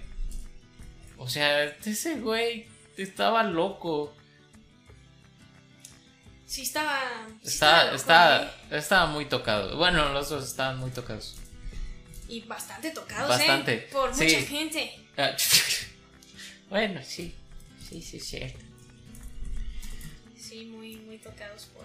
[SPEAKER 1] O sea, ese güey estaba loco.
[SPEAKER 2] Sí estaba... sí
[SPEAKER 1] Estaba,
[SPEAKER 2] loco,
[SPEAKER 1] estaba,
[SPEAKER 2] ¿eh?
[SPEAKER 1] estaba muy tocado. Bueno, los dos estaban muy tocados.
[SPEAKER 2] Y bastante tocados,
[SPEAKER 1] Bastante,
[SPEAKER 2] ¿eh? Por
[SPEAKER 1] sí.
[SPEAKER 2] mucha gente.
[SPEAKER 1] Ah, bueno, sí. Sí, sí, es cierto.
[SPEAKER 2] Sí, muy, muy tocados por...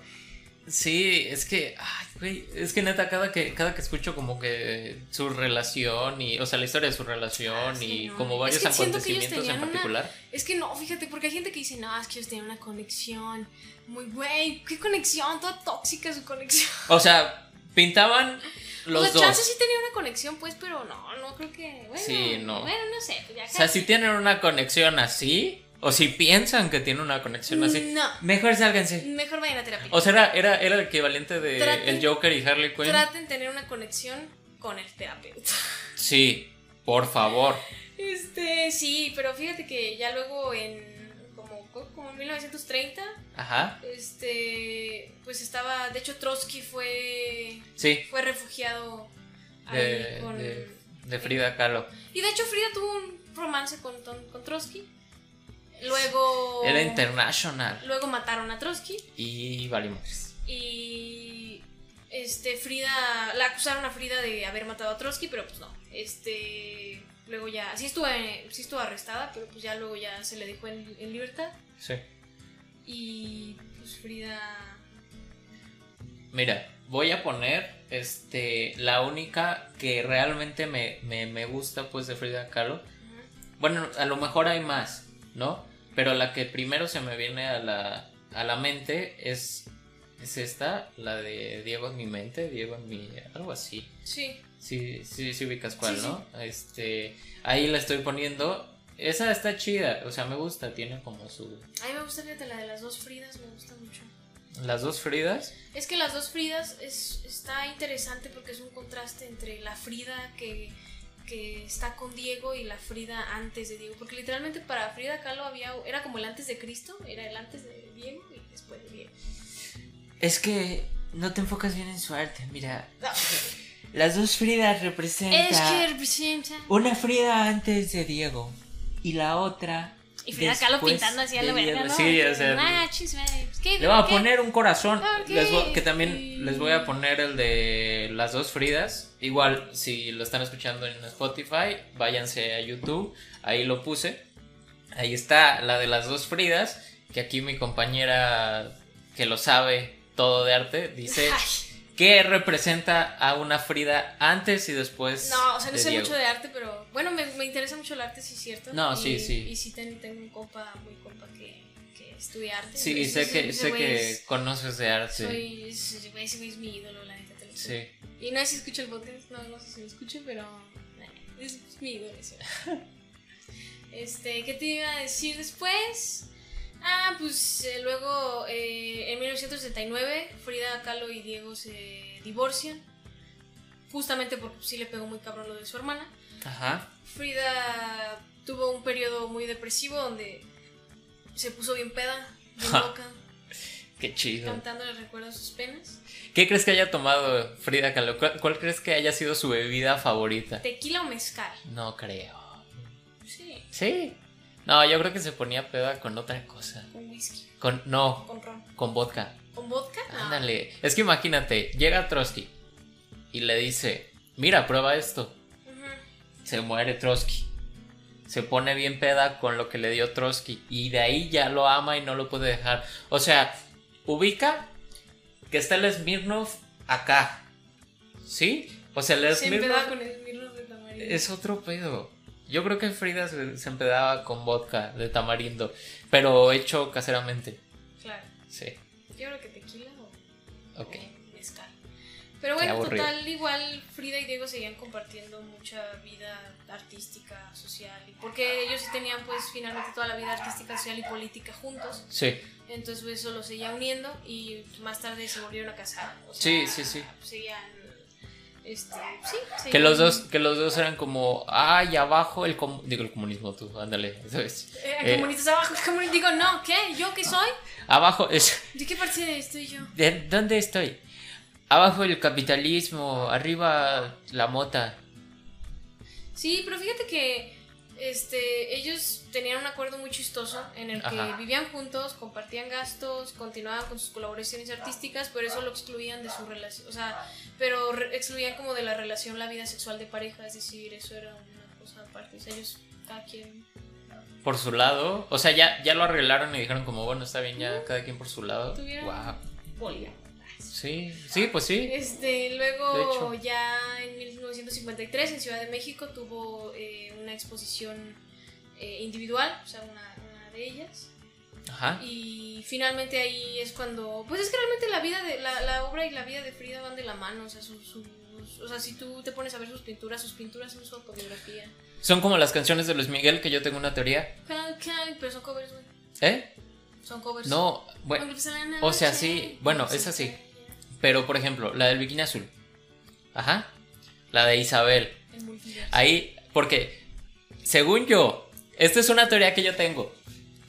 [SPEAKER 1] Sí, es que, ay, güey, es que neta, cada que, cada que escucho como que su relación y, o sea, la historia de su relación
[SPEAKER 2] Ah, sí,
[SPEAKER 1] y
[SPEAKER 2] no.
[SPEAKER 1] como
[SPEAKER 2] Es
[SPEAKER 1] varios
[SPEAKER 2] que siento que ellos
[SPEAKER 1] acontecimientos en
[SPEAKER 2] tenían una-
[SPEAKER 1] particular.
[SPEAKER 2] Es que no, fíjate, porque hay gente que dice, no, es que ellos tenían una conexión. Muy, güey, qué conexión, toda tóxica su conexión.
[SPEAKER 1] O sea, pintaban los
[SPEAKER 2] o sea,
[SPEAKER 1] dos.
[SPEAKER 2] chance sí tenía una conexión, pues, pero no, no creo que. Bueno,
[SPEAKER 1] Sí, no.
[SPEAKER 2] Bueno, no sé, pues ya
[SPEAKER 1] O
[SPEAKER 2] cada
[SPEAKER 1] sea, si tienen una conexión así, o si piensan que tienen una conexión así,
[SPEAKER 2] No,
[SPEAKER 1] mejor sálganse.
[SPEAKER 2] mejor vayan a terapia.
[SPEAKER 1] O sea, era, era, era el equivalente de
[SPEAKER 2] Traten-
[SPEAKER 1] el Joker y Harley Quinn.
[SPEAKER 2] Traten tener una conexión con el terapeuta.
[SPEAKER 1] Sí, por favor.
[SPEAKER 2] Este, sí, pero fíjate que ya luego en. como, como en 1930,
[SPEAKER 1] Ajá,
[SPEAKER 2] este. pues estaba. De hecho, Trotsky fue.
[SPEAKER 1] sí,
[SPEAKER 2] fue refugiado ahí
[SPEAKER 1] de,
[SPEAKER 2] con.
[SPEAKER 1] de, de Frida Kahlo.
[SPEAKER 2] Y de hecho Frida tuvo un romance con, Ton- con Trotsky. Luego.
[SPEAKER 1] Era international
[SPEAKER 2] Luego mataron a Trotsky.
[SPEAKER 1] y valimos.
[SPEAKER 2] Y. Este, Frida. La acusaron a Frida de haber matado a Trotsky, pero pues no. Este. Luego ya. Sí estuvo, en- sí estuvo arrestada, pero pues ya luego ya se le dejó en, en libertad.
[SPEAKER 1] Sí.
[SPEAKER 2] Y. Pues Frida.
[SPEAKER 1] Mira, voy a poner este, la única que realmente me, me, me gusta, pues, de Frida Kahlo. Bueno, a lo mejor hay más, ¿no? Pero la que primero se me viene a la, a la mente es, es esta, la de Diego en mi mente, Diego en mi... algo así.
[SPEAKER 2] Sí.
[SPEAKER 1] Sí, sí, sí ubicas cuál,
[SPEAKER 2] Sí, sí.
[SPEAKER 1] ¿no? Este, ahí la estoy poniendo. Esa está chida, o sea, me gusta, tiene como su...
[SPEAKER 2] A mí me gusta, fíjate, la de las dos Fridas, me gusta mucho.
[SPEAKER 1] Las dos Fridas.
[SPEAKER 2] Es que las dos Fridas es, está interesante porque es un contraste entre la Frida que, que está con Diego y la Frida antes de Diego. Porque literalmente para Frida Kahlo había, era como el antes de Cristo, era el antes de Diego y después de Diego.
[SPEAKER 1] Es que no te enfocas bien en su arte, mira.
[SPEAKER 2] No.
[SPEAKER 1] Las dos Fridas representan...
[SPEAKER 2] Es que representa.
[SPEAKER 1] Una Frida antes de Diego y la otra.
[SPEAKER 2] Y Frida Kahlo
[SPEAKER 1] después
[SPEAKER 2] pintando así a
[SPEAKER 1] de
[SPEAKER 2] la verga,
[SPEAKER 1] Diego.
[SPEAKER 2] ¿no?
[SPEAKER 1] Sí, o sea,
[SPEAKER 2] Ah, chis, madre, pues, ¿qué,
[SPEAKER 1] Le voy a
[SPEAKER 2] qué?
[SPEAKER 1] poner un corazón.
[SPEAKER 2] Ok.
[SPEAKER 1] Les voy- que también les voy a poner el de las dos Fridas. Igual, si lo están escuchando en Spotify, váyanse a YouTube. Ahí lo puse. Ahí está la de las dos Fridas. Que aquí mi compañera, que lo sabe todo de arte, dice
[SPEAKER 2] Ay,
[SPEAKER 1] que representa a una Frida antes y después.
[SPEAKER 2] no, o sea, no
[SPEAKER 1] de
[SPEAKER 2] sé
[SPEAKER 1] Diego.
[SPEAKER 2] mucho de arte, pero bueno, me, me interesa mucho el arte, sí, cierto.
[SPEAKER 1] No,
[SPEAKER 2] Y-
[SPEAKER 1] sí, sí.
[SPEAKER 2] Y sí, ten- tengo un compa, muy compa que, que estudia arte.
[SPEAKER 1] Sí, y
[SPEAKER 2] entonces,
[SPEAKER 1] sé
[SPEAKER 2] ese-
[SPEAKER 1] que,
[SPEAKER 2] ese
[SPEAKER 1] sé
[SPEAKER 2] güey
[SPEAKER 1] que
[SPEAKER 2] es-
[SPEAKER 1] conoces de arte.
[SPEAKER 2] Soy, ese güey ese güey es mi ídolo, la neta, te lo juro.
[SPEAKER 1] Sí.
[SPEAKER 2] Y no sé si escucho el podcast, no, no sé si lo escucho, pero eh, es mi ídolo. ese. Este, ¿qué te iba a decir después? Ah, pues eh, luego eh, en 1979 Frida Kahlo y Diego se divorcian, justamente porque sí le pegó muy cabrón lo de su hermana.
[SPEAKER 1] Ajá.
[SPEAKER 2] Frida tuvo un periodo muy depresivo donde se puso bien peda, bien
[SPEAKER 1] Ja.
[SPEAKER 2] loca,
[SPEAKER 1] Qué chido.
[SPEAKER 2] cantando le recuerda sus penas.
[SPEAKER 1] ¿Qué crees que haya tomado Frida Kahlo? ¿Cuál, cuál crees que haya sido su bebida favorita?
[SPEAKER 2] Tequila o mezcal. Pues
[SPEAKER 1] No creo.
[SPEAKER 2] Sí,
[SPEAKER 1] Sí. No, yo creo que se ponía peda con otra cosa.
[SPEAKER 2] con whisky,
[SPEAKER 1] Con no,
[SPEAKER 2] con ron.
[SPEAKER 1] con vodka.
[SPEAKER 2] ¿Con vodka? No.
[SPEAKER 1] Ándale. Es que imagínate, llega Trotsky y le dice, "Mira, prueba esto."
[SPEAKER 2] Ujú.
[SPEAKER 1] Se muere Trotsky. Se pone bien peda con lo que le dio Trotsky y de ahí ya lo ama y no lo puede dejar. O sea, ubica que está el Smirnov acá. ¿Sí? O sea, el
[SPEAKER 2] Se empedaba
[SPEAKER 1] Smirnov
[SPEAKER 2] con el mirlo de tamarindo.
[SPEAKER 1] Es otro pedo. Yo creo que Frida se, se empedaba con vodka de tamarindo, pero hecho caseramente.
[SPEAKER 2] Claro.
[SPEAKER 1] Sí,
[SPEAKER 2] Yo creo que tequila o
[SPEAKER 1] ok.
[SPEAKER 2] o mezcal. Pero bueno,
[SPEAKER 1] aburrido.
[SPEAKER 2] total, igual Frida y Diego seguían compartiendo mucha vida artística, social. y- Porque ellos sí tenían, pues, finalmente toda la vida artística, social y política juntos.
[SPEAKER 1] Sí,
[SPEAKER 2] Entonces, pues, eso los seguía uniendo y más tarde se volvieron a casar. O
[SPEAKER 1] Sí,
[SPEAKER 2] sea,
[SPEAKER 1] sí, sí.
[SPEAKER 2] Seguían. Este, sí,
[SPEAKER 1] que los dos,
[SPEAKER 2] seguían-
[SPEAKER 1] que los dos eran como, ay, abajo el comu- digo el comunismo tú, ándale, ¿sabes?
[SPEAKER 2] Eh,
[SPEAKER 1] eh,
[SPEAKER 2] comunistas abajo, comunistas. Digo, no, ¿qué? ¿Yo qué soy?
[SPEAKER 1] Abajo es
[SPEAKER 2] ¿De qué parte estoy yo?
[SPEAKER 1] ¿de dónde estoy? Abajo el capitalismo, arriba la mota.
[SPEAKER 2] Sí, pero fíjate que este, ellos tenían un acuerdo muy chistoso en el que
[SPEAKER 1] Ajá.
[SPEAKER 2] vivían juntos, compartían gastos, continuaban con sus colaboraciones artísticas, pero eso lo excluían de su relación, o sea, pero re- excluían como de la relación la vida sexual de pareja, es decir, eso era una cosa aparte, o sea, ellos cada quien...
[SPEAKER 1] Por su lado, o sea, ya, ya lo arreglaron y dijeron como, bueno, está bien, ya cada quien por su lado.
[SPEAKER 2] Tuvieron-
[SPEAKER 1] Wow.
[SPEAKER 2] Polígamo.
[SPEAKER 1] Sí, sí, pues sí.
[SPEAKER 2] Este,
[SPEAKER 1] De
[SPEAKER 2] luego
[SPEAKER 1] hecho.
[SPEAKER 2] ya en 1953 en Ciudad de México tuvo eh, una exposición eh, individual, o sea, una- una de ellas.
[SPEAKER 1] Ajá.
[SPEAKER 2] Y finalmente ahí es cuando. Pues es que realmente la vida de. La, la obra y la vida de Frida van de la mano. O sea, sus, sus- o sea, si tú te pones a ver sus pinturas, sus pinturas son su autobiografía.
[SPEAKER 1] Son como las canciones de Luis Miguel que yo tengo una teoría.
[SPEAKER 2] Cal, cal, Pero son covers, güey.
[SPEAKER 1] ¿Eh?
[SPEAKER 2] Son covers.
[SPEAKER 1] No, bueno,
[SPEAKER 2] Aunque sea la
[SPEAKER 1] o sea,
[SPEAKER 2] noche,
[SPEAKER 1] sí, bueno,
[SPEAKER 2] aunque
[SPEAKER 1] es
[SPEAKER 2] sea
[SPEAKER 1] así.
[SPEAKER 2] ella,
[SPEAKER 1] pero por ejemplo, la del bikini azul. Ajá. La de Isabel.
[SPEAKER 2] El multiverso.
[SPEAKER 1] Ahí, porque, según yo, esta es una teoría que yo tengo.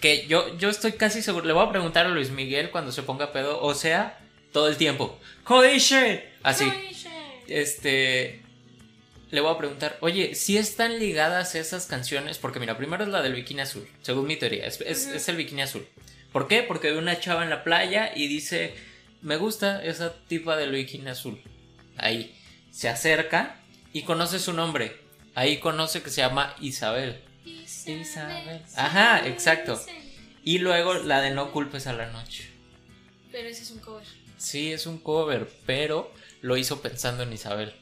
[SPEAKER 1] Que yo, yo estoy casi seguro, le voy a preguntar a Luis Miguel cuando se ponga pedo, o sea, todo el tiempo. ¿Cómo dice? Así.
[SPEAKER 2] Oye,
[SPEAKER 1] Este. Le voy a preguntar, oye, si están ligadas esas canciones? Porque mira, primero es la del bikini azul, según mi teoría, es, es-
[SPEAKER 2] Ujú.
[SPEAKER 1] es el bikini azul. ¿Por qué? Porque ve una chava en la playa y dice, me gusta esa tipa del bikini azul. Ahí, se acerca y conoce su nombre. Ahí conoce que se llama Isabel. Isabel. Ajá, exacto.
[SPEAKER 2] Isabel.
[SPEAKER 1] Y luego la de No culpes a la noche.
[SPEAKER 2] Pero ese es un cover.
[SPEAKER 1] Sí, es un cover, pero lo hizo pensando en Isabel.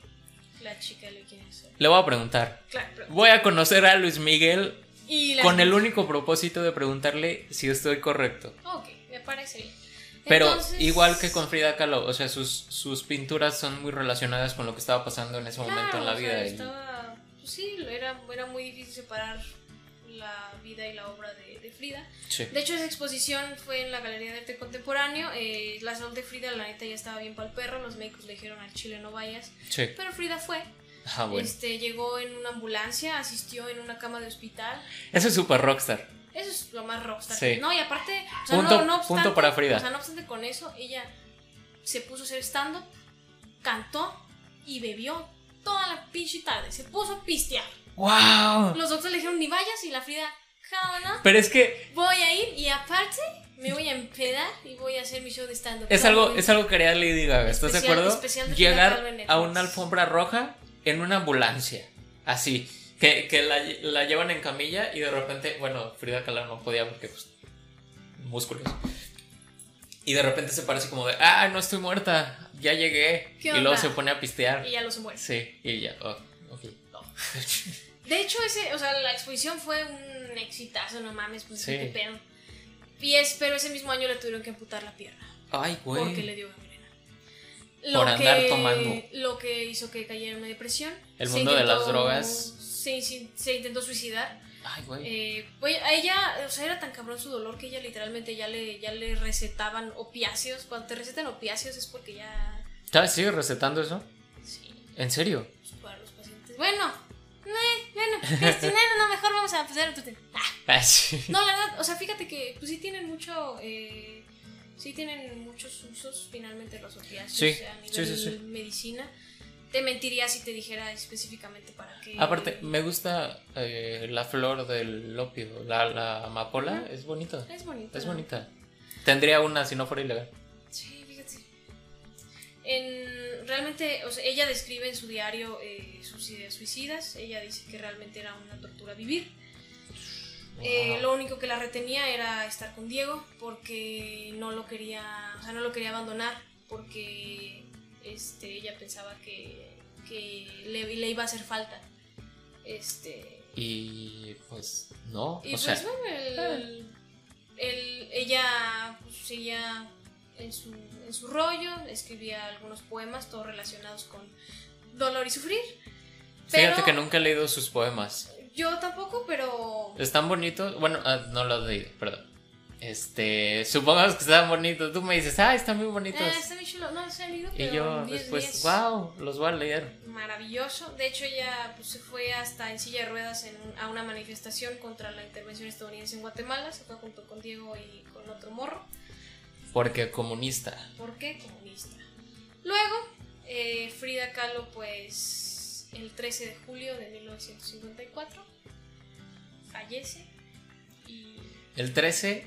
[SPEAKER 2] La chica lo quiere hacer.
[SPEAKER 1] Le voy a preguntar.
[SPEAKER 2] Claro, pero-
[SPEAKER 1] Voy a conocer a Luis Miguel
[SPEAKER 2] Y la-
[SPEAKER 1] con el único propósito de preguntarle si estoy correcto.
[SPEAKER 2] Ok, me parece bien.
[SPEAKER 1] Pero
[SPEAKER 2] Entonces-
[SPEAKER 1] igual que con Frida Kahlo, o sea, sus, sus pinturas son muy relacionadas con lo que estaba pasando en ese momento en la
[SPEAKER 2] o sea,
[SPEAKER 1] vida. y-
[SPEAKER 2] estaba, pues sí, era, era muy difícil separar la vida y la obra de, de Frida.
[SPEAKER 1] Sí.
[SPEAKER 2] De hecho, esa exposición fue en la Galería de Arte Contemporáneo. eh, la salud de Frida, la neta, ya estaba bien para el perro. Los médicos le dijeron al chile no vayas.
[SPEAKER 1] sí.
[SPEAKER 2] Pero Frida fue.
[SPEAKER 1] Ah, bueno.
[SPEAKER 2] Este, llegó en una ambulancia, asistió en una cama de hospital.
[SPEAKER 1] Eso es súper rockstar.
[SPEAKER 2] Eso es lo más rockstar.
[SPEAKER 1] Sí.
[SPEAKER 2] No, y aparte, o sea,
[SPEAKER 1] Punto-
[SPEAKER 2] no, no obstante,
[SPEAKER 1] punto para Frida.
[SPEAKER 2] O sea, no obstante con eso, ella se puso a hacer stand-up, cantó y bebió toda la pinche tarde. Se puso a pistear.
[SPEAKER 1] ¡Wow!
[SPEAKER 2] Los doctores le dijeron ni vayas y la Frida, "Ja, no,
[SPEAKER 1] Pero es que
[SPEAKER 2] voy a ir y aparte me voy a empedar y voy a hacer mi show de stand-up.
[SPEAKER 1] es algo, es algo que haría Lady Gaga, ¿estás
[SPEAKER 2] Especial-
[SPEAKER 1] de
[SPEAKER 2] especial
[SPEAKER 1] acuerdo?
[SPEAKER 2] de
[SPEAKER 1] Llegar
[SPEAKER 2] Frida Kahlo en Netflix.
[SPEAKER 1] a una alfombra roja en una ambulancia, así, que, que la, la llevan en camilla y de repente, bueno, Frida Kahlo no podía porque pues músculos. Y de repente se parece como de, ah, no estoy muerta, ya llegué.
[SPEAKER 2] ¿Qué
[SPEAKER 1] Y
[SPEAKER 2] onda?
[SPEAKER 1] luego se pone a pistear.
[SPEAKER 2] Y ya los muere.
[SPEAKER 1] Sí, y ya, oh, ok.
[SPEAKER 2] De hecho, ese, o sea, la exposición fue un exitazo, no mames, pues
[SPEAKER 1] Sí.
[SPEAKER 2] qué pedo. Y es, pero ese mismo año le tuvieron que amputar la pierna.
[SPEAKER 1] Ay,
[SPEAKER 2] Porque
[SPEAKER 1] güey.
[SPEAKER 2] le dio gangrena.
[SPEAKER 1] Por andar tomando.
[SPEAKER 2] Lo que hizo que cayera en una depresión.
[SPEAKER 1] El
[SPEAKER 2] Se
[SPEAKER 1] mundo de las drogas.
[SPEAKER 2] Se, in- se intentó suicidar.
[SPEAKER 1] Ay, güey.
[SPEAKER 2] Eh, güey, a ella, o sea, era tan cabrón su dolor que ella literalmente ya le, ya le recetaban opiáceos. Cuando te recetan opiáceos es porque ya.
[SPEAKER 1] ¿Sabes? ¿Sigue recetando eso?
[SPEAKER 2] Sí,
[SPEAKER 1] ¿En serio?
[SPEAKER 2] pues, para los pacientes. Bueno, eh, bueno, este, no, no, no, mejor vamos a empezar a tu
[SPEAKER 1] Ah, sí.
[SPEAKER 2] No, la verdad, o sea, fíjate que pues sí tienen mucho, eh, sí tienen muchos usos finalmente los opiáceos
[SPEAKER 1] Sí,
[SPEAKER 2] a
[SPEAKER 1] sí,
[SPEAKER 2] nivel
[SPEAKER 1] sí, sí.
[SPEAKER 2] medicina. Te mentiría si te dijera específicamente para qué.
[SPEAKER 1] Aparte, me gusta eh, la flor del opio, la, la amapola,
[SPEAKER 2] Ujú.
[SPEAKER 1] es bonita,
[SPEAKER 2] es bonito.
[SPEAKER 1] es
[SPEAKER 2] ¿no?
[SPEAKER 1] bonita. Tendría una si no fuera ilegal.
[SPEAKER 2] Sí, fíjate. En, realmente, o sea, ella describe en su diario eh, sus ideas suicidas. Ella dice que realmente era una tortura vivir. Eh,
[SPEAKER 1] Wow.
[SPEAKER 2] lo único que la retenía era estar con Diego porque no lo quería, o sea, no lo quería abandonar porque este, ella pensaba que, que le, le iba a hacer falta. Este,
[SPEAKER 1] Y pues no,
[SPEAKER 2] y
[SPEAKER 1] o
[SPEAKER 2] pues
[SPEAKER 1] sea,
[SPEAKER 2] bueno, el- el- ella pues, seguía en su, en su rollo, escribía algunos poemas, todos relacionados con dolor y sufrir.
[SPEAKER 1] fíjate
[SPEAKER 2] pero-
[SPEAKER 1] que nunca he leído sus poemas.
[SPEAKER 2] Yo tampoco, pero...
[SPEAKER 1] ¿Están bonitos? Bueno, ah, no los he leído, perdón. Este, supongamos que están bonitos. Tú me dices, ah, están muy bonitos.
[SPEAKER 2] Ah, está bien chulo. No, se ha leído,
[SPEAKER 1] y
[SPEAKER 2] pero
[SPEAKER 1] yo
[SPEAKER 2] en 10,
[SPEAKER 1] después,
[SPEAKER 2] 10.
[SPEAKER 1] wow, los voy a leer.
[SPEAKER 2] maravilloso. De hecho, ella pues, se fue hasta en silla de ruedas en un- a una manifestación contra la intervención estadounidense en Guatemala. Se fue junto con Diego y con otro morro.
[SPEAKER 1] Porque comunista.
[SPEAKER 2] ¿Por qué? Comunista. Luego, eh, Frida Kahlo, pues el 13 de julio de 1954, fallece. Y
[SPEAKER 1] El 13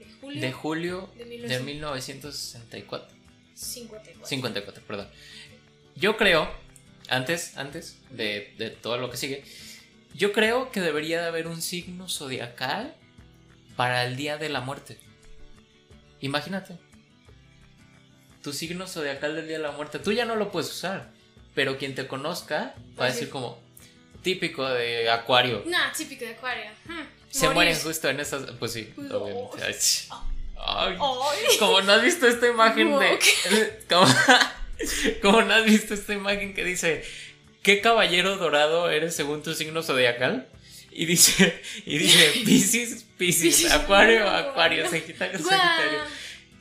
[SPEAKER 2] de julio
[SPEAKER 1] de julio
[SPEAKER 2] de
[SPEAKER 1] de 1964.
[SPEAKER 2] 1954.
[SPEAKER 1] 54, perdón. Yo creo, antes, antes de, de todo lo que sigue, yo creo que debería de haber un signo zodiacal para el día de la muerte. Imagínate. Tu signo zodiacal del día de la muerte. Tú ya no lo puedes usar. Pero quien te conozca va a
[SPEAKER 2] Así.
[SPEAKER 1] decir como típico de acuario.
[SPEAKER 2] Nah, típico de Acuario. Hmm,
[SPEAKER 1] Se
[SPEAKER 2] morir.
[SPEAKER 1] mueren justo en esas. Pues sí,
[SPEAKER 2] Pues,
[SPEAKER 1] obviamente.
[SPEAKER 2] oh,
[SPEAKER 1] Ay, ay.
[SPEAKER 2] Ay.
[SPEAKER 1] Como no has visto esta imagen de.
[SPEAKER 2] Wow.
[SPEAKER 1] Como, como no has visto esta imagen que dice: ¿Qué caballero dorado eres según tu signo zodiacal? Y dice, y dice, Pisces, Pisces,
[SPEAKER 2] Piscis,
[SPEAKER 1] Acuario,
[SPEAKER 2] no.
[SPEAKER 1] Acuario, Sagitario, Sagitario.
[SPEAKER 2] Guau.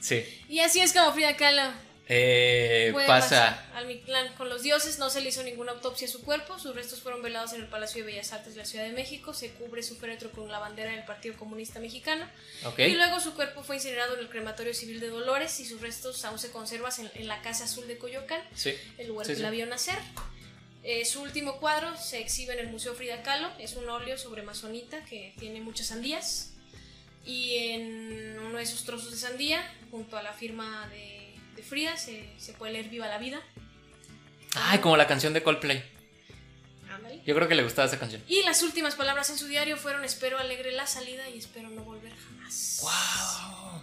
[SPEAKER 1] Sí.
[SPEAKER 2] Y así es como Frida Kahlo
[SPEAKER 1] Eh,
[SPEAKER 2] fue
[SPEAKER 1] pasa.
[SPEAKER 2] al Mictlán con los dioses, no se le hizo ninguna autopsia a su cuerpo, sus restos fueron velados en el Palacio de Bellas Artes de la Ciudad de México, se cubre su féretro con la bandera del Partido Comunista Mexicano
[SPEAKER 1] Ok.
[SPEAKER 2] y luego su cuerpo fue incinerado en el crematorio civil de Dolores y sus restos aún se conservan en, en la Casa Azul de Coyoacán,
[SPEAKER 1] Sí.
[SPEAKER 2] el lugar
[SPEAKER 1] Sí,
[SPEAKER 2] que
[SPEAKER 1] sí.
[SPEAKER 2] la vio nacer. Eh, su último cuadro se exhibe en el Museo Frida Kahlo, es un óleo sobre mazonita que tiene muchas sandías y en uno de esos trozos de sandía, junto a la firma de, de Frida, se, se puede leer Viva la Vida.
[SPEAKER 1] Ay, como la canción de Coldplay.
[SPEAKER 2] Ándale.
[SPEAKER 1] Yo creo que le gustaba esa canción.
[SPEAKER 2] Y las últimas palabras en su diario fueron espero alegre la salida y espero no volver jamás.
[SPEAKER 1] ¡Wow!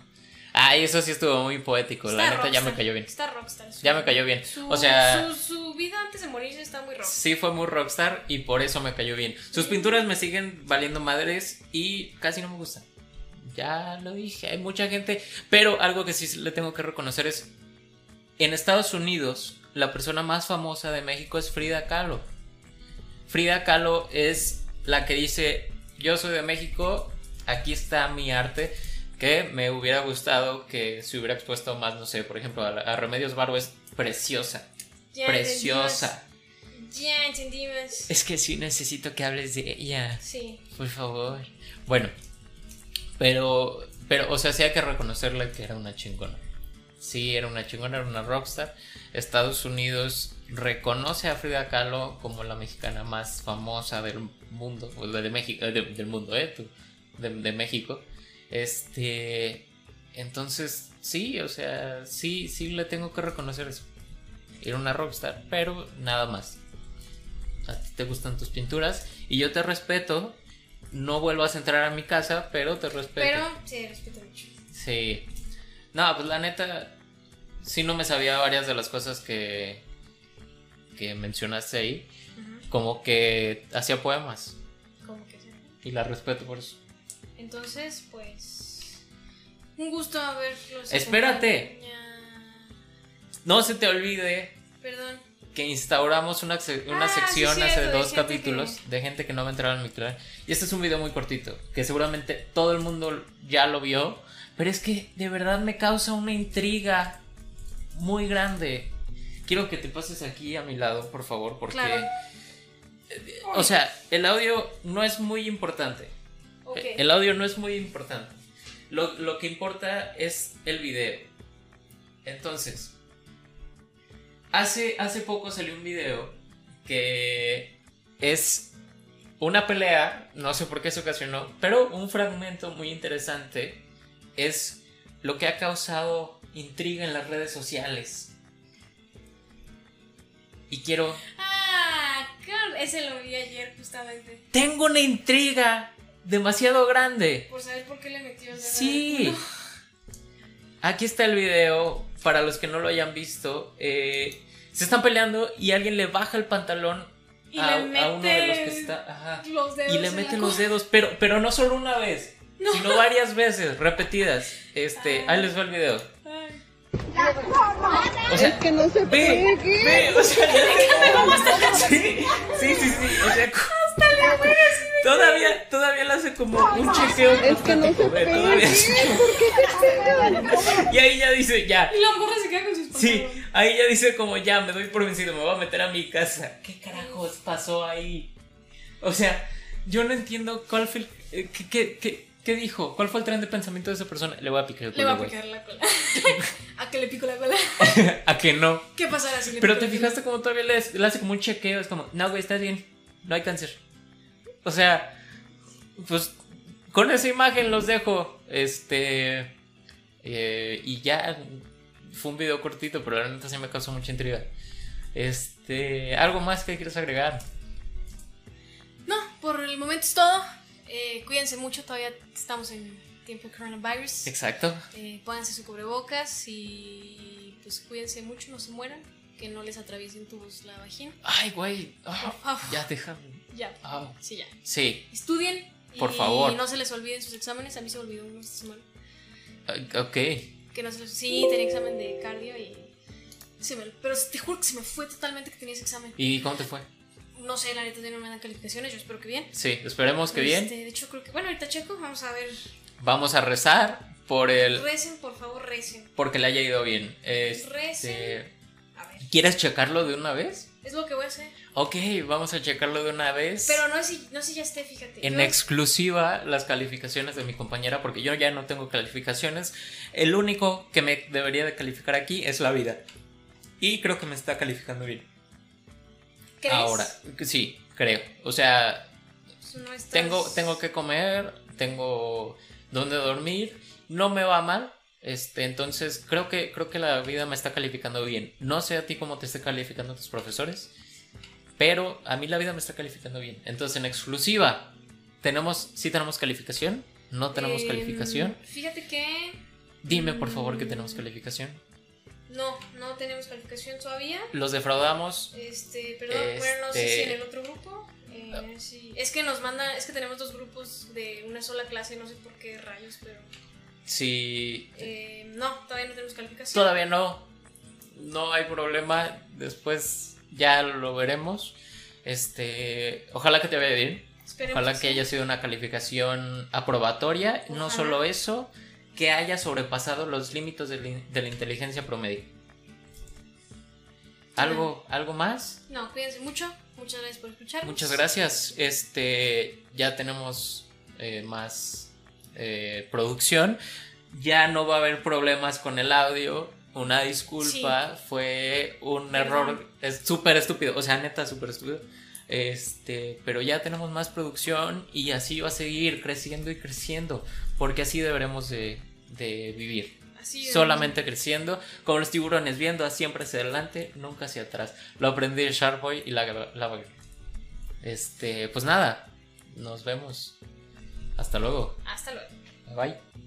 [SPEAKER 1] Ay, eso sí estuvo muy poético.
[SPEAKER 2] Está
[SPEAKER 1] la neta ya
[SPEAKER 2] rockstar,
[SPEAKER 1] me cayó bien.
[SPEAKER 2] Está rockstar. su-
[SPEAKER 1] Ya me cayó bien.
[SPEAKER 2] su-
[SPEAKER 1] O sea,
[SPEAKER 2] Su, su vida antes de morirse está muy rockstar.
[SPEAKER 1] sí fue muy rockstar y por eso me cayó bien. Sus pinturas me siguen valiendo madres y casi no me gustan. Ya lo dije, hay mucha gente. Pero algo que sí le tengo que reconocer es: en Estados Unidos, la persona más famosa de México es Frida Kahlo. Frida Kahlo es la que dice: Yo soy de México, aquí está mi arte. Que me hubiera gustado que se hubiera expuesto más, no sé, por ejemplo, a, a Remedios Varo es preciosa,
[SPEAKER 2] Ya
[SPEAKER 1] preciosa.
[SPEAKER 2] entendí más. Ya entendí más.
[SPEAKER 1] Es que sí necesito que hables de ella,
[SPEAKER 2] Sí.
[SPEAKER 1] por favor. Bueno, pero, pero, o sea, sí hay que reconocerle que era una chingona. Sí, era una chingona, era una rockstar. Estados Unidos reconoce a Frida Kahlo como la mexicana más famosa del mundo, o de, de México, eh, de- del mundo, ¿eh? tú, de, de México. Este, entonces, sí, o sea, sí, sí le tengo que reconocer eso. Era una rockstar, pero nada más a ti te gustan tus pinturas y yo te respeto. No vuelvas a entrar a mi casa, pero te respeto.
[SPEAKER 2] Pero sí, respeto mucho.
[SPEAKER 1] Sí. No, pues la neta, sí no me sabía varias de las cosas que, que mencionaste ahí.
[SPEAKER 2] Ajá.
[SPEAKER 1] Como que hacía poemas
[SPEAKER 2] Como que sea.
[SPEAKER 1] y la respeto por eso.
[SPEAKER 2] Entonces, pues. Un gusto haberlos.
[SPEAKER 1] Espérate.
[SPEAKER 2] acompaña-
[SPEAKER 1] No se te olvide
[SPEAKER 2] Perdón.
[SPEAKER 1] que instauramos una, sec- una
[SPEAKER 2] Ah, sí,
[SPEAKER 1] sección
[SPEAKER 2] cierto,
[SPEAKER 1] hace
[SPEAKER 2] de
[SPEAKER 1] dos
[SPEAKER 2] gente
[SPEAKER 1] capítulos de gente que no va a entrar en mi clan. Y este es un video muy cortito, que seguramente todo el mundo ya lo vio, pero es que de verdad me causa una intriga muy grande. Quiero que te pases aquí a mi lado, por favor, porque...
[SPEAKER 2] Claro.
[SPEAKER 1] O sea, el audio no es muy importante.
[SPEAKER 2] Ok.
[SPEAKER 1] El audio no es muy importante. Lo, lo que importa es el video. Entonces, hace, hace poco salió un video que es una pelea, no sé por qué se ocasionó, pero un fragmento muy interesante es lo que ha causado intriga en las redes sociales. Y quiero...
[SPEAKER 2] Ah, claro. Ese lo vi ayer, justamente.
[SPEAKER 1] Tengo una intriga demasiado grande.
[SPEAKER 2] Por saber por qué le metió el dedo en
[SPEAKER 1] Sí.
[SPEAKER 2] el culo.
[SPEAKER 1] Aquí está el video. Para los que no lo hayan visto, eh, se están peleando y alguien le baja el pantalón
[SPEAKER 2] Y
[SPEAKER 1] a,
[SPEAKER 2] le
[SPEAKER 1] a uno de los que
[SPEAKER 2] mete
[SPEAKER 1] está. ajá,
[SPEAKER 2] Los dedos
[SPEAKER 1] y le
[SPEAKER 2] en la
[SPEAKER 1] mete
[SPEAKER 2] co-
[SPEAKER 1] los dedos, pero, pero no solo una vez,
[SPEAKER 2] No. Ah.
[SPEAKER 1] sino varias veces, repetidas. Este, ahí les va el video.
[SPEAKER 2] Ay.
[SPEAKER 1] O sea,
[SPEAKER 3] que no se
[SPEAKER 1] ve, ve, o sea, sí, sí, sí, sí, o sea, todavía, todavía le hace como un chequeo.
[SPEAKER 3] Es que no se
[SPEAKER 1] constante, ve, todavía hace- Y ahí ya dice, ya,
[SPEAKER 2] Y la morra se queda con sus
[SPEAKER 1] Sí,
[SPEAKER 2] pantalones.
[SPEAKER 1] ahí ya dice como ya, me doy por vencido, me voy a meter a mi casa. ¿Qué carajos pasó ahí? O sea, yo no entiendo cuál fue... el- eh, ¿Qué, qué, qué- qué dijo? ¿Cuál fue el tren de pensamiento de esa persona? Le voy a picar el
[SPEAKER 2] Le va
[SPEAKER 1] culo,
[SPEAKER 2] a
[SPEAKER 1] güey.
[SPEAKER 2] picar la cola. a que le pico la cola.
[SPEAKER 1] A que no.
[SPEAKER 2] ¿Qué pasará si le
[SPEAKER 1] Pero te
[SPEAKER 2] pico la cola?
[SPEAKER 1] fijaste como todavía le, le hace como un chequeo, es como, no, güey, estás bien, no hay cáncer. O sea, pues con esa imagen los dejo. Este... eh, y ya fue un video cortito, pero la neta sí me causó mucha intriga. Este, ¿algo más que quieres agregar?
[SPEAKER 2] No, por el momento es todo. Eh, cuídense mucho, todavía estamos en tiempo de coronavirus.
[SPEAKER 1] Exacto.
[SPEAKER 2] Eh, pónganse su cubrebocas y pues cuídense mucho, no se mueran, que no les atraviesen tubos la vagina.
[SPEAKER 1] Ay, güey. ah,
[SPEAKER 2] Por favor.
[SPEAKER 1] ya déjame.
[SPEAKER 2] Ya.
[SPEAKER 1] ah,
[SPEAKER 2] Sí, ya.
[SPEAKER 1] sí.
[SPEAKER 2] Estudien.
[SPEAKER 1] Por
[SPEAKER 2] y
[SPEAKER 1] favor.
[SPEAKER 2] no se les olviden sus exámenes. A mí se me olvidó uno esta semana.
[SPEAKER 1] ay, Ok.
[SPEAKER 2] Que no se les... Sí, tenía examen de cardio y... se me- Pero te juro que se me fue totalmente que tenía ese examen.
[SPEAKER 1] ¿Y cómo te fue?
[SPEAKER 2] No sé, la neta, no me dan calificaciones, yo espero que bien.
[SPEAKER 1] Sí, esperemos que bien.
[SPEAKER 2] Este, de hecho, creo que... Bueno, ahorita checo, vamos a ver.
[SPEAKER 1] Vamos a rezar por el...
[SPEAKER 2] Recen, por favor, recen.
[SPEAKER 1] porque le haya ido bien. Este,
[SPEAKER 2] Recen. A ver,
[SPEAKER 1] ¿Quieres checarlo de una vez?
[SPEAKER 2] es lo que voy a hacer.
[SPEAKER 1] Ok, vamos a checarlo de una vez.
[SPEAKER 2] Pero no sé si, no sé si ya esté, fíjate.
[SPEAKER 1] en
[SPEAKER 2] Yo-
[SPEAKER 1] exclusiva las calificaciones de mi compañera, porque yo ya no tengo calificaciones. El único que me debería de calificar aquí es la vida. Y creo que me está calificando bien.
[SPEAKER 2] ¿crees?
[SPEAKER 1] Ahora, sí, creo. O sea,
[SPEAKER 2] Pues no estás-
[SPEAKER 1] tengo, tengo que comer, tengo dónde dormir, no me va mal. Este, entonces creo que, creo que la vida me está calificando bien. No sé a ti cómo te esté calificando tus profesores, pero a mí la vida me está calificando bien. Entonces, en exclusiva, tenemos, sí tenemos calificación, no tenemos
[SPEAKER 2] Em,
[SPEAKER 1] calificación.
[SPEAKER 2] Fíjate que
[SPEAKER 1] Dime por favor que tenemos calificación.
[SPEAKER 2] No, no tenemos calificación todavía.
[SPEAKER 1] Los defraudamos.
[SPEAKER 2] Este, perdón, bueno, no sé
[SPEAKER 1] Este-
[SPEAKER 2] si en el otro grupo. eh, sí. Es que nos mandan, es que tenemos dos grupos de una sola clase, no sé por qué rayos, pero
[SPEAKER 1] Si
[SPEAKER 2] eh, no, todavía no tenemos calificación.
[SPEAKER 1] todavía no, no hay problema. Después ya lo veremos. Este, ojalá que te vaya bien.
[SPEAKER 2] Esperemos
[SPEAKER 1] Ojalá que
[SPEAKER 2] sí.
[SPEAKER 1] haya sido una calificación aprobatoria. No
[SPEAKER 2] Ojalá.
[SPEAKER 1] solo eso, que haya sobrepasado los límites de, la in- de la inteligencia promedio. ¿Algo, ¿Algo más?
[SPEAKER 2] No, cuídense mucho. Muchas gracias por escucharnos.
[SPEAKER 1] Muchas gracias. Este, ya tenemos eh, más eh, producción. Ya no va a haber problemas con el audio. Una disculpa, fue un
[SPEAKER 2] Perdón.
[SPEAKER 1] error es súper estúpido, o sea, neta, súper estúpido. Este, pero ya tenemos más producción y así va a seguir creciendo y creciendo, porque así deberemos de, de vivir.
[SPEAKER 2] Así es.
[SPEAKER 1] Solamente creciendo, como los tiburones, viendo siempre hacia adelante, nunca hacia atrás. Lo aprendí de Sharkboy y la, la Este, pues nada, nos vemos. Hasta luego.
[SPEAKER 2] Hasta luego.
[SPEAKER 1] Bye bye.